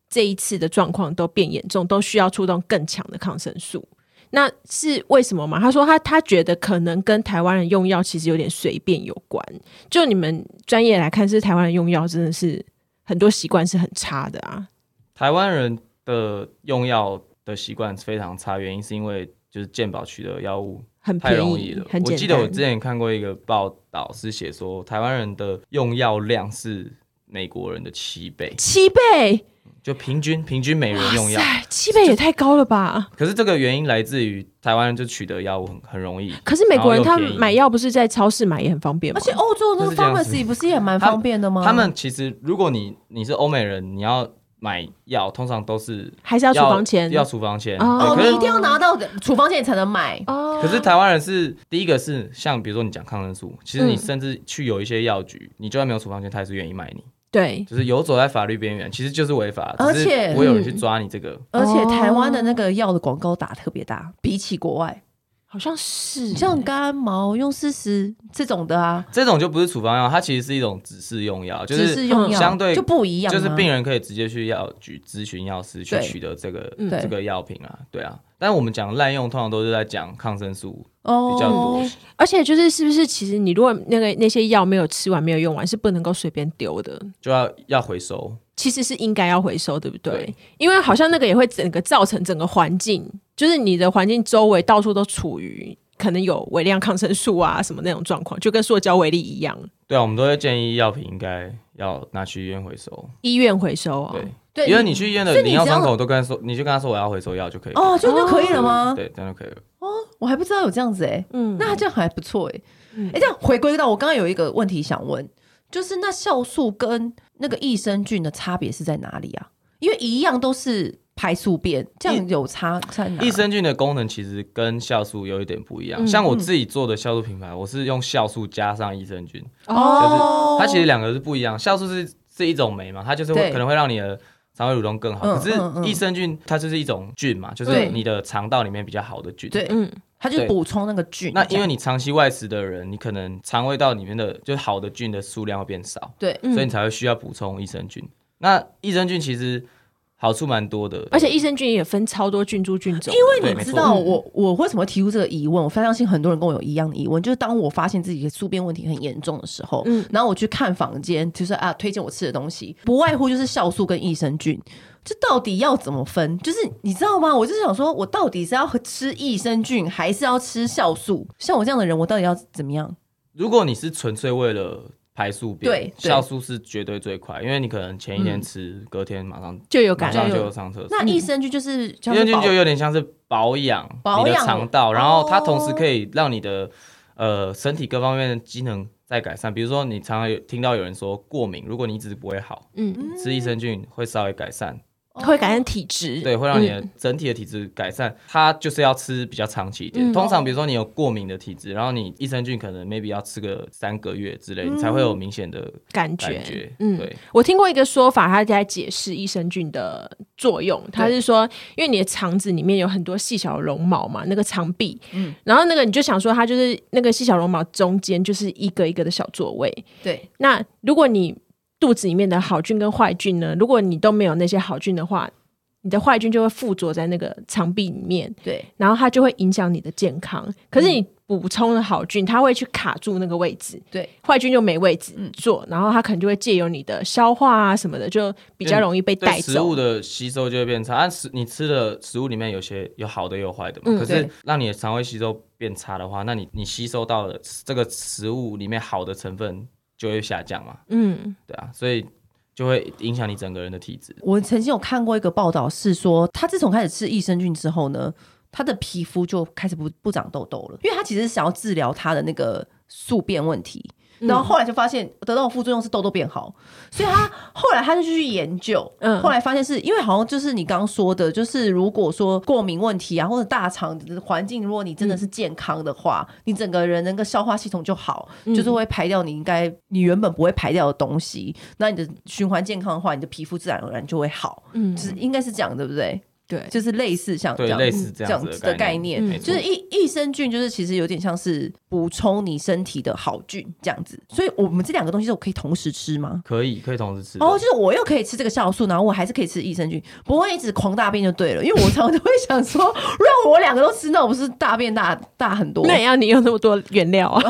Speaker 2: 这一次的状况都变严重，都需要出动更强的抗生素。那是为什么嘛？他说他他觉得可能跟台湾人用药其实有点随便有关。就你们专业来看，是台湾人用药真的是很多习惯是很差的啊。
Speaker 3: 台湾人的用药的习惯非常差，原因是因为就是健保取得药物
Speaker 2: 很
Speaker 3: 太
Speaker 2: 便
Speaker 3: 容易
Speaker 2: 宜
Speaker 3: 了。
Speaker 2: 很
Speaker 3: 我
Speaker 2: 简单。
Speaker 3: 记得我之前看过一个报道，是写说台湾人的用药量是美国人的七倍，
Speaker 2: 七倍，
Speaker 3: 就平均平均每人用药。
Speaker 2: 塞，七倍也太高了吧？
Speaker 3: 可是这个原因来自于台湾人就取得药物很很容易，
Speaker 2: 可是美国人
Speaker 3: 然
Speaker 2: 他
Speaker 3: 后又便宜
Speaker 2: 买药不是在超市买也很方便吗？
Speaker 1: 而且哦欧洲那
Speaker 3: 就
Speaker 1: 个
Speaker 3: 是这样子
Speaker 1: pharmacy 不是也蛮
Speaker 3: 他
Speaker 1: 方便的吗？
Speaker 2: 嗯
Speaker 3: 他们其实如果你你是欧美人，你要买药通常都是
Speaker 2: 还是要处方前
Speaker 3: 要处方签。
Speaker 1: 哦，
Speaker 2: 哦
Speaker 1: 你
Speaker 3: 对可
Speaker 1: 一
Speaker 3: 是
Speaker 1: 定要拿到处方笺才能买。
Speaker 2: 哦
Speaker 3: 可是台湾人是第一个是像比如说你讲抗生素，其实你
Speaker 2: 嗯
Speaker 3: 甚至去有一些药局，你就算没有处方签，他也是愿意卖你，
Speaker 2: 对
Speaker 3: 就是游走在法律边缘，其实就是违法，
Speaker 1: 而
Speaker 3: 只是
Speaker 1: 且
Speaker 3: 不会有人去抓你这个。
Speaker 1: 而且台湾的
Speaker 2: 哦
Speaker 1: 那个药的广告打特别大，比起国外，
Speaker 2: 好像是
Speaker 1: 你像干毛用四十这种的啊，
Speaker 3: 这种就不是处方药，它其实是一种指示用药，就
Speaker 1: 只
Speaker 3: 是
Speaker 1: 是用药
Speaker 3: 相对
Speaker 1: 就不一样啊，
Speaker 3: 就是病人可以直接去药局咨询药师去
Speaker 1: 对
Speaker 3: 取得这个
Speaker 2: 嗯
Speaker 3: 这个药品啊，对啊。但我们讲滥用，通常都是在讲抗生素
Speaker 1: 哦
Speaker 3: 比较多，
Speaker 2: 而且就是是不是其实你如果那个那些药没有吃完没有用完是不能够随便丢的。
Speaker 3: 就要要回收。
Speaker 2: 其实是应该要回收，对不对？
Speaker 3: 对
Speaker 2: 因为好像那个也会整个造成整个环境，就是你的环境周围到处都处于可能有微量抗生素啊什么那种状况，就跟塑胶微粒一样，
Speaker 3: 对啊，我们都会建议药品应该要拿去医院回收。
Speaker 2: 医院回收啊。
Speaker 3: 对，
Speaker 1: 对，
Speaker 3: 因为你去医院
Speaker 1: 所
Speaker 3: 的
Speaker 1: 以你
Speaker 3: 领药
Speaker 1: 只要
Speaker 3: 伤口都跟他说，你就跟他说我要回收药就可以了。
Speaker 1: 哦，就就可以了吗？
Speaker 3: 嗯对，这样就可以了。
Speaker 1: 我还不知道有这样子哎，
Speaker 2: 嗯，
Speaker 1: 那他这样还不错哎，哎，这样回归到我刚刚有一个问题想问，就是那酵素跟那个益生菌的差别是在哪里啊？因为一样都是排宿便，这样有差在哪？
Speaker 3: 益生菌的功能其实跟酵素有一点不一样，
Speaker 2: 嗯
Speaker 3: 像我自己做的酵素品牌，我是用酵素加上益生菌，
Speaker 1: 哦，
Speaker 3: 它其实两个是不一样。酵素是是一种酶嘛，它就是
Speaker 1: 对
Speaker 3: 会可能会让你的肠胃蠕动更好。
Speaker 1: 嗯
Speaker 3: 可
Speaker 1: 嗯嗯
Speaker 3: 是益生菌它就是一种菌嘛，就是
Speaker 1: 对
Speaker 3: 你的肠道里面比较好的菌。
Speaker 1: 对
Speaker 2: 嗯，
Speaker 1: 它就
Speaker 3: 对
Speaker 1: 补充那个菌这
Speaker 3: 那
Speaker 1: 样，
Speaker 3: 因为你长期外食的人，你可能肠胃道里面的就是好的菌的数量会变少，
Speaker 1: 对
Speaker 2: 嗯
Speaker 3: 所以你才会需要补充益生菌。那益生菌其实好处蛮多的，
Speaker 2: 而且益生菌也分超多菌株
Speaker 3: 啊
Speaker 2: 菌种，因
Speaker 1: 因为你知道
Speaker 2: 嗯
Speaker 1: 我我为什么提出这个疑问？我非常相信很多人跟我有一样的疑问，就是当我发现自己的宿便问题很严重的时候，
Speaker 2: 嗯
Speaker 1: 然后我去看房间，就是啊推荐我吃的东西，不外乎就是酵素跟益生菌。这到底要怎么分？就是你知道吗？我就是想说，我到底是要吃益生菌，还是要吃酵素？像我这样的人，我到底要怎么样？
Speaker 3: 如果你是纯粹为了排宿便，
Speaker 1: 对对嗯
Speaker 3: 酵素是绝对最快，因为你可能前一天吃，隔天马上
Speaker 2: 就有
Speaker 3: 马
Speaker 2: 感
Speaker 3: 上
Speaker 2: 染
Speaker 1: 就
Speaker 3: 就上厕所。
Speaker 1: 那
Speaker 2: 嗯
Speaker 1: 益生菌就是
Speaker 3: 益生菌就有点像是保养
Speaker 1: 保养
Speaker 3: 你的肠道，然后它
Speaker 1: 哦
Speaker 3: 同时可以让你的呃身体各方面的机能再改善。比如说，你常常有听到有人说过敏，如果你一直不会好，
Speaker 2: 嗯，
Speaker 3: 吃益生菌会稍微改善，
Speaker 1: 哦
Speaker 2: 会改善体质，
Speaker 3: 对，会让你
Speaker 2: 嗯
Speaker 3: 的整体的体质改善。它就是要吃比较长期一
Speaker 2: 嗯
Speaker 3: 点。通
Speaker 1: 哦
Speaker 3: 常比如说你有过敏的体质，然后你益生菌可能 maybe 要吃个三个月之类，你才会
Speaker 1: 嗯
Speaker 3: 有明显的
Speaker 2: 感觉，
Speaker 3: 感觉。
Speaker 2: 嗯，
Speaker 3: 对，
Speaker 2: 我听过一个说法，他在解释益生菌的作用。他是说，因为你的肠子里面有很多细小的绒毛嘛，那个肠壁，然后那个你就想说，它就是那个细小绒毛中间就是一个一个的小座位。
Speaker 1: 对
Speaker 2: 那如果你肚子里面的好菌跟坏菌呢，如果你都没有那些好菌的话，你的坏菌就会附着在那个肠壁里面，
Speaker 1: 对
Speaker 2: 然后它就会影响你的健康。可是你补充了好菌，它会去卡住那个位置，
Speaker 1: 对，
Speaker 2: 坏菌就没位置
Speaker 1: 嗯
Speaker 2: 做，然后它可能就会借由你的消化啊什么的，就比较容易被
Speaker 3: 对
Speaker 2: 带
Speaker 3: 食
Speaker 2: 走
Speaker 3: 物。的吸收就会变差。按、啊食你吃的食物里面有些有好的有坏的嘛，
Speaker 2: 嗯
Speaker 3: 可是
Speaker 1: 对
Speaker 3: 让你的肠胃吸收变差的话，那你你吸收到了这个食物里面好的成分就会下降嘛，
Speaker 2: 嗯，
Speaker 3: 对啊，所以就会影响你整个人的体质。
Speaker 1: 我曾经有看过一个报道，是说他自从开始吃益生菌之后呢，他的皮肤就开始不不长痘痘了，因为他其实是想要治疗他的那个宿便问题。然后后来就发现得到的副作用是痘痘变好，所以他后来他就去研究，
Speaker 2: 嗯
Speaker 1: 后来发现是因为好像就是你刚刚说的，就是如果说过敏问题啊，或者大肠的环境，如果你真的是健康的话，你整个人那个消化系统就好，就是会排掉你应该你原本不会排掉的东西，那你的循环健康的话，你的皮肤自然而然就会好，
Speaker 2: 嗯
Speaker 1: 就是应该是这样，对不对？
Speaker 2: 对，
Speaker 1: 就是类似像这
Speaker 3: 对，
Speaker 1: 样
Speaker 3: 类似这
Speaker 1: 这
Speaker 3: 样
Speaker 1: 样
Speaker 3: 子
Speaker 1: 子的概念，
Speaker 2: 嗯
Speaker 3: 没错
Speaker 1: 就是益益生菌，就是其实有点像是补充你身体的好菌这样子。所以我们这两个东西我可以同时吃吗？
Speaker 3: 可以可以同时吃的。
Speaker 1: 哦，就是我又可以吃这个酵素，然后我还是可以吃益生菌，不会一直狂大便就对了。因为我常常都会想说，如果我两个都吃，那我不是大便大大很多？
Speaker 2: 那也要你用那么多原料啊。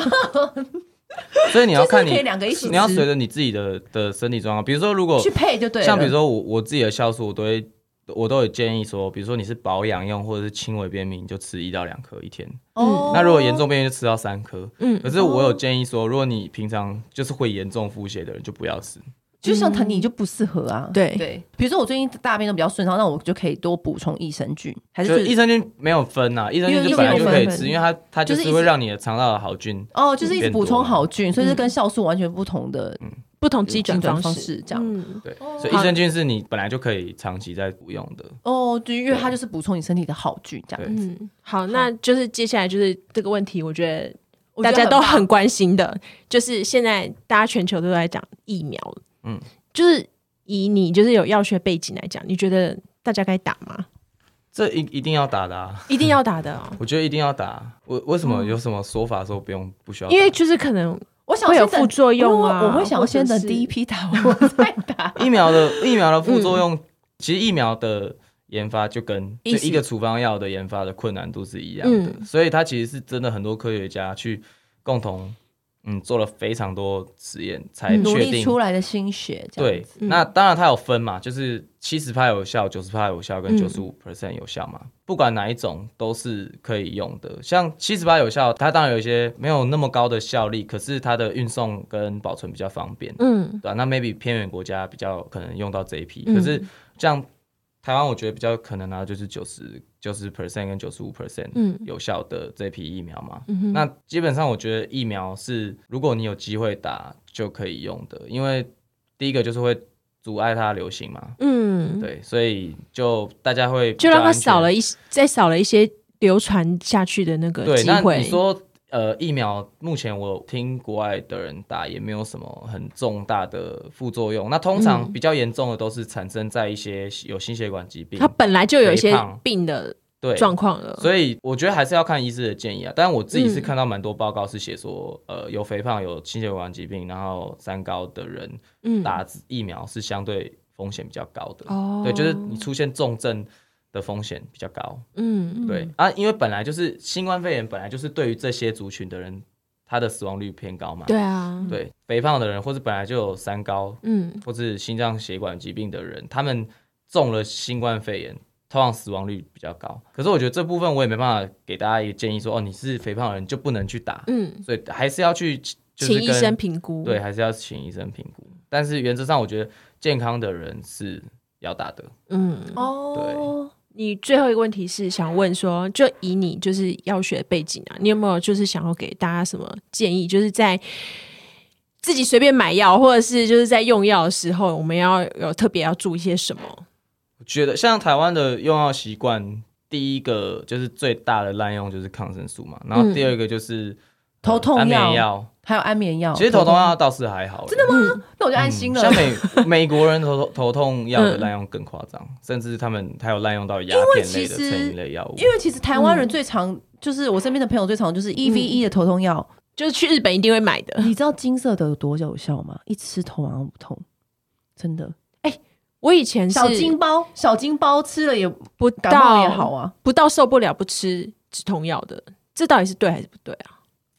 Speaker 3: 所以你要看
Speaker 1: 就是可
Speaker 3: 你
Speaker 1: 以两个一起吃
Speaker 3: 你要随着你自己的的身体状况，比如说如果
Speaker 1: 去配就对了。
Speaker 3: 像比如说我我自己的酵素，我都会我都有建议说，比如说你是保养用或者是轻微便秘，你就吃一到两颗一天。
Speaker 1: 哦，
Speaker 3: 嗯那如果严重便秘就吃到三颗。
Speaker 2: 嗯
Speaker 3: 可是我有建议说，如果你平常就是会严重腹泻的人，就不要吃。
Speaker 1: 就像疼你就不适合啊。
Speaker 2: 对
Speaker 1: 对，比如说我最近大便都比较顺畅，那我就可以多补充益生菌， 还
Speaker 3: 就是益生菌没有分啊呐、益生菌就本来就可以吃，因为它它就
Speaker 1: 就是是一
Speaker 3: 会
Speaker 1: 直
Speaker 3: 让你的肠道的好菌。
Speaker 1: 哦，就是一直
Speaker 3: 变多
Speaker 1: 补充
Speaker 3: 了
Speaker 1: 好菌，所以是跟酵素完全不同的
Speaker 2: 不同机转
Speaker 1: 精转
Speaker 2: 方
Speaker 1: 方
Speaker 2: 式，
Speaker 1: 式，这样。
Speaker 2: 嗯
Speaker 3: 对，所以益生菌是你本来就可以长期在服用的。
Speaker 1: 哦，对，因为它就是补充你身体的好菌，这样
Speaker 3: 对
Speaker 2: 嗯，好，那就是接下来就是这个问题，我觉得
Speaker 1: 我觉
Speaker 2: 大
Speaker 1: 得
Speaker 2: 家都
Speaker 1: 棒
Speaker 2: 很关心的，就是现在大家全球都在讲疫苗，嗯
Speaker 3: 嗯，
Speaker 2: 就是以你就是有药学背景来讲，你觉得大家该打
Speaker 3: 嗯
Speaker 2: 吗？
Speaker 3: 这一一定要打的、啊，
Speaker 2: 一定要打的哦，
Speaker 3: 我觉得一定要打。我为什么有什么说法说不用不需要
Speaker 2: 嗯
Speaker 3: 打？
Speaker 2: 因为就是可能
Speaker 1: 我想
Speaker 2: 会有
Speaker 1: 先等
Speaker 2: 副作用啊
Speaker 1: 我我会想要先
Speaker 2: 或
Speaker 1: 等
Speaker 2: 者是
Speaker 1: 第一批打完我再打。
Speaker 3: 疫 苗的疫苗的副作用，其实疫苗的研发就跟
Speaker 2: 嗯意
Speaker 3: 就
Speaker 2: 思
Speaker 3: 一个处方药的研发的困难度是一样的，
Speaker 2: 嗯
Speaker 3: 所以它其实是真的很多科学家去共同嗯做了非常多实验
Speaker 2: 嗯
Speaker 3: 才
Speaker 1: 努
Speaker 3: 确
Speaker 1: 力
Speaker 3: 定。
Speaker 1: 出来的心血，这样
Speaker 3: 对，那当然它有分嘛，就是七十趴有效、九十趴有效跟九十五 percent 有效嘛，不管哪一种都是可以用的。像七十趴有效，它当然有一些没有那么高的效力，可是它的运送跟保存比较方便。
Speaker 2: 嗯
Speaker 3: 对、啊、那 maybe 偏远国家比较可能用到这一批，
Speaker 2: 嗯
Speaker 3: 可是像台湾，我觉得比较可能啊，就是九十九十 percent 跟九十五 percent
Speaker 2: 嗯
Speaker 3: 有效的这批疫苗嘛。
Speaker 2: 嗯哼
Speaker 3: 那基本上我觉得疫苗是，如果你有机会打就可以用的，因为第一个就是会阻碍它流行嘛，
Speaker 2: 嗯，
Speaker 3: 对，所以就大家会比
Speaker 2: 就让
Speaker 3: 较
Speaker 2: 它
Speaker 3: 安全
Speaker 2: 少了一些再少了一些流传下去的那个
Speaker 3: 对。
Speaker 2: 机
Speaker 3: 那
Speaker 2: 会。
Speaker 3: 你说呃，疫苗目前我听国外的人打也没有什么很重大的副作用。那通常
Speaker 2: 嗯
Speaker 3: 比较严重的都是产生在一些有心血管疾病
Speaker 2: 它，本来就有一些
Speaker 3: 肥胖
Speaker 2: 病的
Speaker 3: 对。
Speaker 2: 状况了，
Speaker 3: 所以我觉得还是要看医师的建议啊，但我自己是
Speaker 2: 嗯
Speaker 3: 看到蛮多报告是写说，呃，有肥胖、有心血管疾病，然后三高的人
Speaker 2: 嗯
Speaker 3: 打疫苗是相对风险比较高的，
Speaker 2: 哦，
Speaker 3: 对，就是你出现重症的风险比较高。
Speaker 2: 嗯，
Speaker 3: 对啊，因为本来就是新冠肺炎，本来就是对于这些族群的人，他的死亡率偏高嘛。
Speaker 2: 对啊，
Speaker 3: 对，肥胖的人，或是本来就有三高，
Speaker 2: 嗯
Speaker 3: 或是心脏血管疾病的人，他们中了新冠肺炎，通常死亡率比较高。可是我觉得这部分我也没办法给大家一个建议说，哦，你是肥胖的人就不能去打，
Speaker 2: 嗯，
Speaker 3: 所以还是要去就是
Speaker 2: 请医
Speaker 3: 跟
Speaker 2: 生评估，
Speaker 3: 对，还啊是要请医生评估。但是原则上，我觉得健康的人是要打的。
Speaker 2: 嗯，
Speaker 1: 哦，
Speaker 2: 你最后一个问题是想问说，就以你就是药学背景啊，你有没有就是想要给大家什么建议？就是在自己随便买药，或者是就是在用药的时候，我们要有特别要注意些什么？
Speaker 3: 我觉得像台湾的用药习惯，第一个就是最大的滥用就是抗生素嘛，然后
Speaker 2: 嗯
Speaker 3: 第二个就是、呃
Speaker 1: 头痛药
Speaker 3: 安眠药。
Speaker 1: 还有安眠药，嗯
Speaker 3: 其实头痛药倒是还好，真的吗？
Speaker 1: 那我就安心了
Speaker 3: 嗯像。美 美国人头头痛药的滥用更夸张，甚至他们还有滥用到鸦片
Speaker 1: 嗯
Speaker 3: 类
Speaker 1: 其
Speaker 3: 的
Speaker 1: 实
Speaker 3: 成瘾类药物
Speaker 1: 因。为其实台湾人最常就是我身边的朋友最常就是 E V E 的头痛 药，
Speaker 2: 就是去日本一定会买的。
Speaker 1: 你知道金色的有多有效吗？一吃头好像不痛，真的。
Speaker 2: 我以前是
Speaker 1: 小金包，小金包吃了也
Speaker 2: 不
Speaker 1: 感冒也
Speaker 2: 到
Speaker 1: 好啊。
Speaker 2: 不到受不了不吃止痛药的，这到底是对还是不对啊？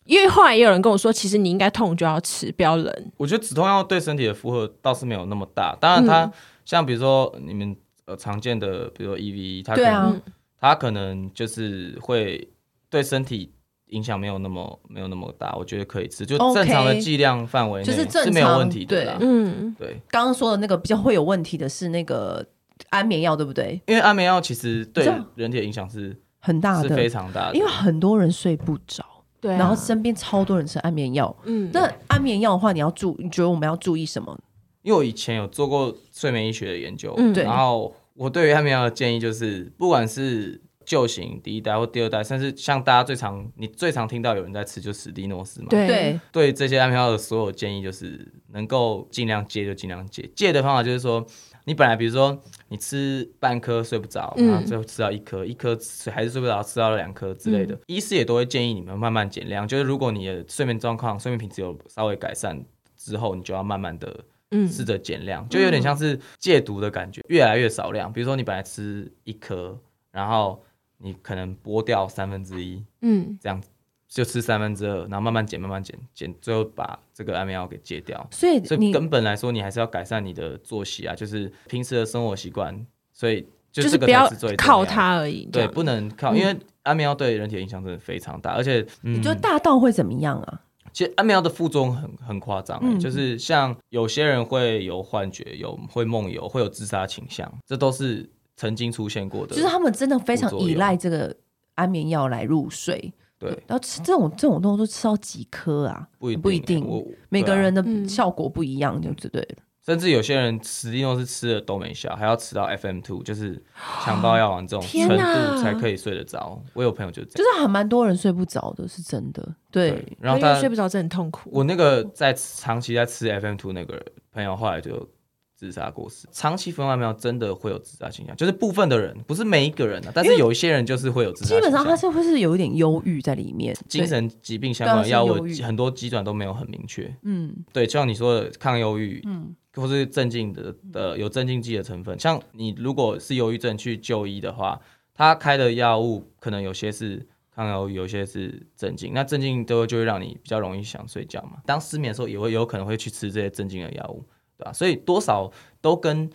Speaker 2: 因为后来也有人跟我说，其实你应该痛就要吃，不要忍。
Speaker 3: 我觉得止痛药对身体的负荷倒是没有那么大，当然它、
Speaker 1: 嗯
Speaker 3: 像比如说你们呃常见的，比如说 EV，它可
Speaker 1: 对
Speaker 3: 能、
Speaker 1: 啊，
Speaker 3: 它可能就是会对身体影响没有那么没有那么大，我觉得可以吃，就
Speaker 1: OK
Speaker 3: 正常的剂量范围内
Speaker 1: 就是正常
Speaker 3: 是没有问题的啦。
Speaker 2: 嗯，
Speaker 3: 对，
Speaker 1: 刚刚说的那个比较会有问题的是那个安眠药，对不对？
Speaker 3: 因为安眠药其实对
Speaker 1: 这样
Speaker 3: 人体的影响是
Speaker 1: 很大
Speaker 3: 是非
Speaker 1: 的，
Speaker 3: 常大的，
Speaker 1: 因为很多人睡不着，
Speaker 2: 对啊、
Speaker 1: 然后身边超多人吃安眠药。
Speaker 2: 嗯，
Speaker 1: 那安眠药的话，你要注，你觉得我们要注意什么？
Speaker 3: 因为我以前有做过睡眠医学的研究，
Speaker 2: 嗯
Speaker 1: 对
Speaker 3: 然后我对于安眠药的建议就是，不管是旧型第一代或第二代，甚至像大家最常你最常听到有人在吃就史蒂诺斯嘛，
Speaker 2: 对
Speaker 1: 对，
Speaker 3: 对这些安眠药的所有建议就是能够尽量戒就尽量戒，戒的方法就是说，你本来比如说你吃半颗睡不着，
Speaker 2: 嗯
Speaker 3: 然后最后吃到一颗，一颗吃还是睡不着，吃到两颗之类的，
Speaker 2: 嗯
Speaker 3: 医师也都会建议你们慢慢减量，就是如果你的睡眠状况、睡眠品质有稍微改善之后，你就要慢慢的
Speaker 2: 嗯
Speaker 3: 试着减量，就有点像是戒毒的感觉，越来越少量。比如说你本来吃一颗，然后你可能剥掉三分之一，
Speaker 2: 嗯，
Speaker 3: 这样子就吃三分之二，然后慢慢减，慢慢减，减，最后把这个安眠药给戒掉。
Speaker 1: 所以
Speaker 3: 所以
Speaker 1: 你
Speaker 3: 根本来说，你还是要改善你的作息啊，就是平时的生活习惯。所以就
Speaker 2: 就是
Speaker 3: 这个
Speaker 2: 不要
Speaker 3: 才是最重
Speaker 2: 靠
Speaker 3: 的，
Speaker 2: 它而已。这
Speaker 3: 对，
Speaker 2: 样嗯
Speaker 3: 不能靠，因为安眠药对人体的影响真的非常大，而且嗯
Speaker 1: 你觉得大到会怎么样啊？
Speaker 3: 其实安眠药的副作用很很夸张、欸
Speaker 1: 嗯
Speaker 3: 就是像有些人会有幻觉，有会梦游，会有自杀倾向，这都是曾经出现过的。
Speaker 1: 就是他们真的非常
Speaker 3: 副作用
Speaker 1: 依赖这个安眠药来入睡。
Speaker 3: 对，
Speaker 1: 然后吃这种这种东西都吃到几颗啊？
Speaker 3: 不一定
Speaker 1: 不一
Speaker 3: 欸
Speaker 1: 定
Speaker 3: 我
Speaker 1: 每个、人
Speaker 3: 对啊
Speaker 1: 的
Speaker 2: 嗯
Speaker 1: 效果不一样，就就对了。
Speaker 3: 甚至有些人吃利诺是吃了都没效，还要吃到 FM two，就是强暴药丸这种
Speaker 2: 天
Speaker 3: 程
Speaker 2: 哪
Speaker 3: 度才可以睡得着。我有朋友就是这
Speaker 1: 就
Speaker 3: 样。
Speaker 1: 是还蛮多人睡不着的，是真的。对，
Speaker 3: 对，然后
Speaker 2: 因为
Speaker 3: 他
Speaker 2: 睡不着，真的很痛苦。
Speaker 3: 我那个在长期在吃 FM two 那个朋友，后来就自杀过世。长期服用安眠药真的会有自杀倾向，就是部分的人，不是每一个人啊，但是有一些人就是会有自杀倾
Speaker 1: 基本
Speaker 3: 向。
Speaker 1: 上他是会是有一点忧郁在里面。
Speaker 3: 精
Speaker 1: 对，
Speaker 3: 神疾病相关的药
Speaker 1: 对啊
Speaker 3: 物
Speaker 1: 是忧郁
Speaker 3: 很多机转都没有很明确。
Speaker 1: 嗯，
Speaker 3: 对，就像你说的抗忧郁，
Speaker 1: 嗯
Speaker 3: 嗯，或是镇静的的有镇静剂的成分。像你如果是忧郁症去就医的话，他开的药物可能有些是抗忧郁，有些是镇静。那镇静都就会让你比较容易想睡觉嘛。当失眠的时候，也会有可能会去吃这些镇静的药物，对吧、所以多少都跟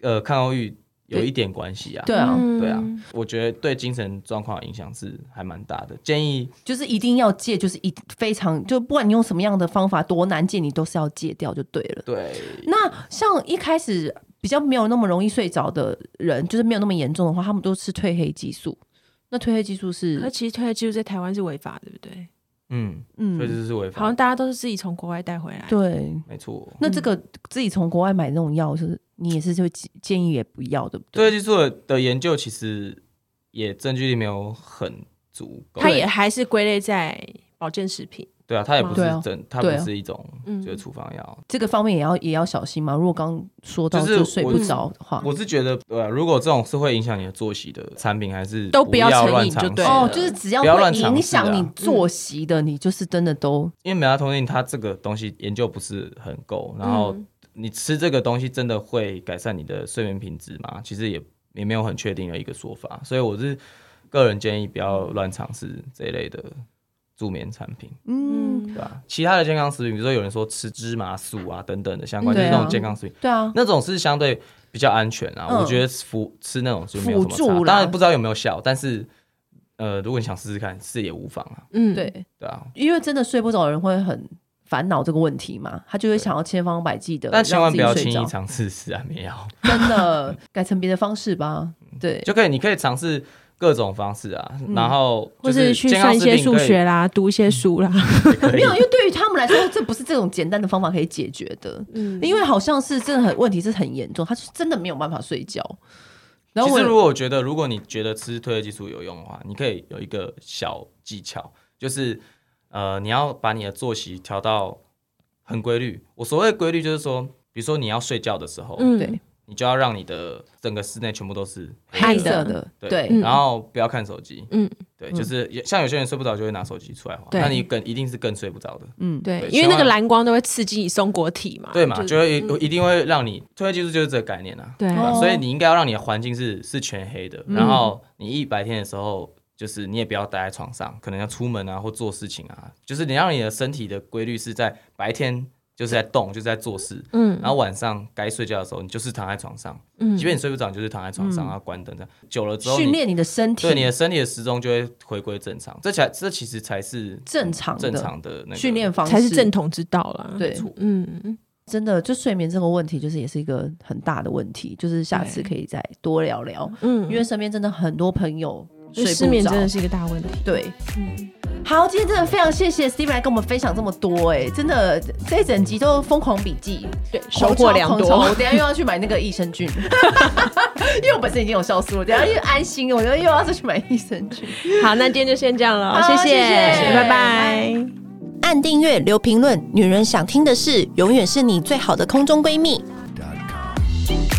Speaker 3: 呃抗忧郁有一点关系啊。
Speaker 1: 对啊，
Speaker 2: 嗯
Speaker 3: 对啊，我觉得对精神状况的影响是还蛮大的。建议
Speaker 1: 就是一定要戒，就是一非常就不管你用什么样的方法，多难戒，你都是要戒掉就对了。
Speaker 3: 对
Speaker 1: 那像一开始比较没有那么容易睡着的人，就是没有那么严重的话，他们都吃褪黑激素。那褪黑激素
Speaker 2: 可
Speaker 1: 是，
Speaker 2: 其实褪黑激素在台湾是违法的，对不对？
Speaker 3: 嗯，所
Speaker 1: 嗯，
Speaker 3: 以这是违
Speaker 2: 好
Speaker 3: 法
Speaker 2: 像，大家都是自己从国外带回来。
Speaker 1: 对。
Speaker 3: 没错。
Speaker 1: 那这
Speaker 3: 嗯
Speaker 1: 个自己从国外买那种药，是你也是就建建议也不要，对不
Speaker 3: 对
Speaker 1: 对？
Speaker 3: 技术的研究其实也证据力没有很足够，
Speaker 2: 它也还是归类在保健食品。
Speaker 3: 对啊，它也不
Speaker 1: 对
Speaker 3: 是
Speaker 1: 啊
Speaker 3: 真，它
Speaker 1: 对
Speaker 3: 不
Speaker 1: 啊
Speaker 3: 是一种
Speaker 2: 嗯
Speaker 3: 就是处方药。
Speaker 1: 这个方面也要也要小心嘛。如果刚说到
Speaker 3: 就是
Speaker 1: 就睡不
Speaker 3: 我
Speaker 1: 着的话，
Speaker 3: 我是觉得，对啊，如果这种是会影响你的作息的产品，还是
Speaker 2: 都不
Speaker 3: 不
Speaker 2: 要成
Speaker 3: 乱
Speaker 2: 瘾就
Speaker 3: 尝试
Speaker 2: 对
Speaker 3: 啊。
Speaker 2: 了
Speaker 1: 哦，就是只要
Speaker 3: 不要
Speaker 1: 会
Speaker 3: 乱尝试啊
Speaker 1: 影响你作息的，你就是真的都
Speaker 3: 因为美拉酮因它这个东西研究不是很够，然后
Speaker 2: 嗯
Speaker 3: 你吃这个东西真的会改善你的睡眠品质吗？其实也也没有很确定的一个说法，所以我是个人建议不要乱尝试这一类的助眠产品。
Speaker 1: 嗯，
Speaker 2: 嗯
Speaker 3: 对啊，其他的健康食品，比如说有人说吃芝麻素啊等等的相关，
Speaker 1: 嗯
Speaker 3: 就是
Speaker 1: 对啊
Speaker 3: 那种健康食品，
Speaker 1: 对啊，
Speaker 3: 那种是相对比较安全啊。
Speaker 1: 嗯
Speaker 3: 我觉得服吃那种就没有什
Speaker 1: 辅
Speaker 3: 么
Speaker 1: 助
Speaker 3: 差，
Speaker 1: 啦
Speaker 3: 当然不知道有没有效，但是呃，如果你想试试看，试也无妨啊，
Speaker 2: 嗯，
Speaker 1: 对，
Speaker 3: 对啊。
Speaker 1: 因为真的睡不着的人会很烦恼这个问题嘛，他就会想要千方百计的，
Speaker 3: 但千万不要轻易
Speaker 1: 着，
Speaker 3: 尝试啊吃安眠药，
Speaker 1: 真的改成别的方式吧。对，
Speaker 3: 嗯就可以，你可以尝试各种方式啊，然后
Speaker 2: 或
Speaker 3: 就是
Speaker 2: 去
Speaker 3: 健康
Speaker 2: 算一
Speaker 3: 食
Speaker 2: 些
Speaker 3: 品
Speaker 2: 数
Speaker 3: 可以
Speaker 2: 学啦，读一些书啦。
Speaker 1: 没有，因为对于他们来说，这不是这种简单的方法可以解决的。
Speaker 2: 嗯，
Speaker 1: 因为好像是真的很问题是很严重，他是真的没有办法睡觉。然后
Speaker 3: 其
Speaker 1: 我
Speaker 3: 实如果我觉得，如果你觉得吃褪黑激素有用的话，你可以有一个小技巧，就是呃，你要把你的作息调到很规律。我所谓的规律就是说，比如说你要睡觉的时候，
Speaker 2: 嗯
Speaker 1: 对
Speaker 3: 你就要让你的整个室内全部都是
Speaker 1: 暗
Speaker 2: 暗
Speaker 1: 色
Speaker 2: 色
Speaker 1: 的，
Speaker 3: 对，
Speaker 1: 对
Speaker 2: 嗯
Speaker 3: 然后不要看手机，
Speaker 2: 嗯，
Speaker 3: 对，就是也像有些人睡不着就会拿手机出来滑，
Speaker 2: 对
Speaker 3: 那你更一定是更睡不着的。
Speaker 1: 嗯，
Speaker 2: 对
Speaker 3: 对，
Speaker 2: 因为
Speaker 3: 千
Speaker 2: 那
Speaker 3: 万
Speaker 2: 个蓝光都会刺激你松果体嘛。
Speaker 3: 对嘛，
Speaker 2: 是
Speaker 3: 就会一定会让你褪黑激素就是这个概念啊，
Speaker 2: 对
Speaker 3: 对吧
Speaker 1: 哦嗯
Speaker 3: 所以你应该要让你的环境是是全黑的，然后你一白天的时候就是你也不要待在床上，可能要出门啊或做事情啊，就是你让你的身体的规律是在白天就是在动，就是在做事，
Speaker 2: 嗯
Speaker 3: 然后晚上该睡觉的时候，你就是躺在床上，
Speaker 2: 嗯
Speaker 3: 即便你睡不着，你就是躺在床上，然后啊关灯这样。久了之后
Speaker 1: 嗯
Speaker 3: 你，
Speaker 1: 训练你的身
Speaker 3: 对你
Speaker 1: 体
Speaker 3: 的身体的时钟就会回归正常，这才这其实才是
Speaker 1: 正常
Speaker 3: 正
Speaker 1: 的
Speaker 3: 常的那个
Speaker 1: 训练方式
Speaker 2: 才是正统之道啦。
Speaker 1: 对
Speaker 2: 嗯，
Speaker 1: 真的，就睡眠这个问题，就是也是一个很大的问题，就是下次可以再多聊聊，
Speaker 2: 嗯，
Speaker 1: 因为身边真的很多朋友
Speaker 2: 所
Speaker 1: 睡
Speaker 2: 以失
Speaker 1: 不
Speaker 2: 眠
Speaker 1: 着
Speaker 2: 真。的是一个大问题。
Speaker 1: 对，
Speaker 2: 嗯，
Speaker 1: 好，今天真的非常谢谢 Steven 来跟我们分享这么多、哎，真的这一整集都疯狂笔记，
Speaker 2: 对，收
Speaker 1: 收
Speaker 2: 获
Speaker 1: 获
Speaker 2: 良
Speaker 1: 良
Speaker 2: 多
Speaker 1: 多。。我等一下又要去买那个益生菌， 因为我本身已经有酵素了，等一下又安心，我又又要再去买益生菌。
Speaker 2: 好，那今天就先这样了，
Speaker 1: 好
Speaker 2: 谢
Speaker 1: 谢谢
Speaker 2: 拜拜。
Speaker 4: 按订阅、留评论，女人想听的事，永远是你最好的空中闺蜜。
Speaker 5: dot com.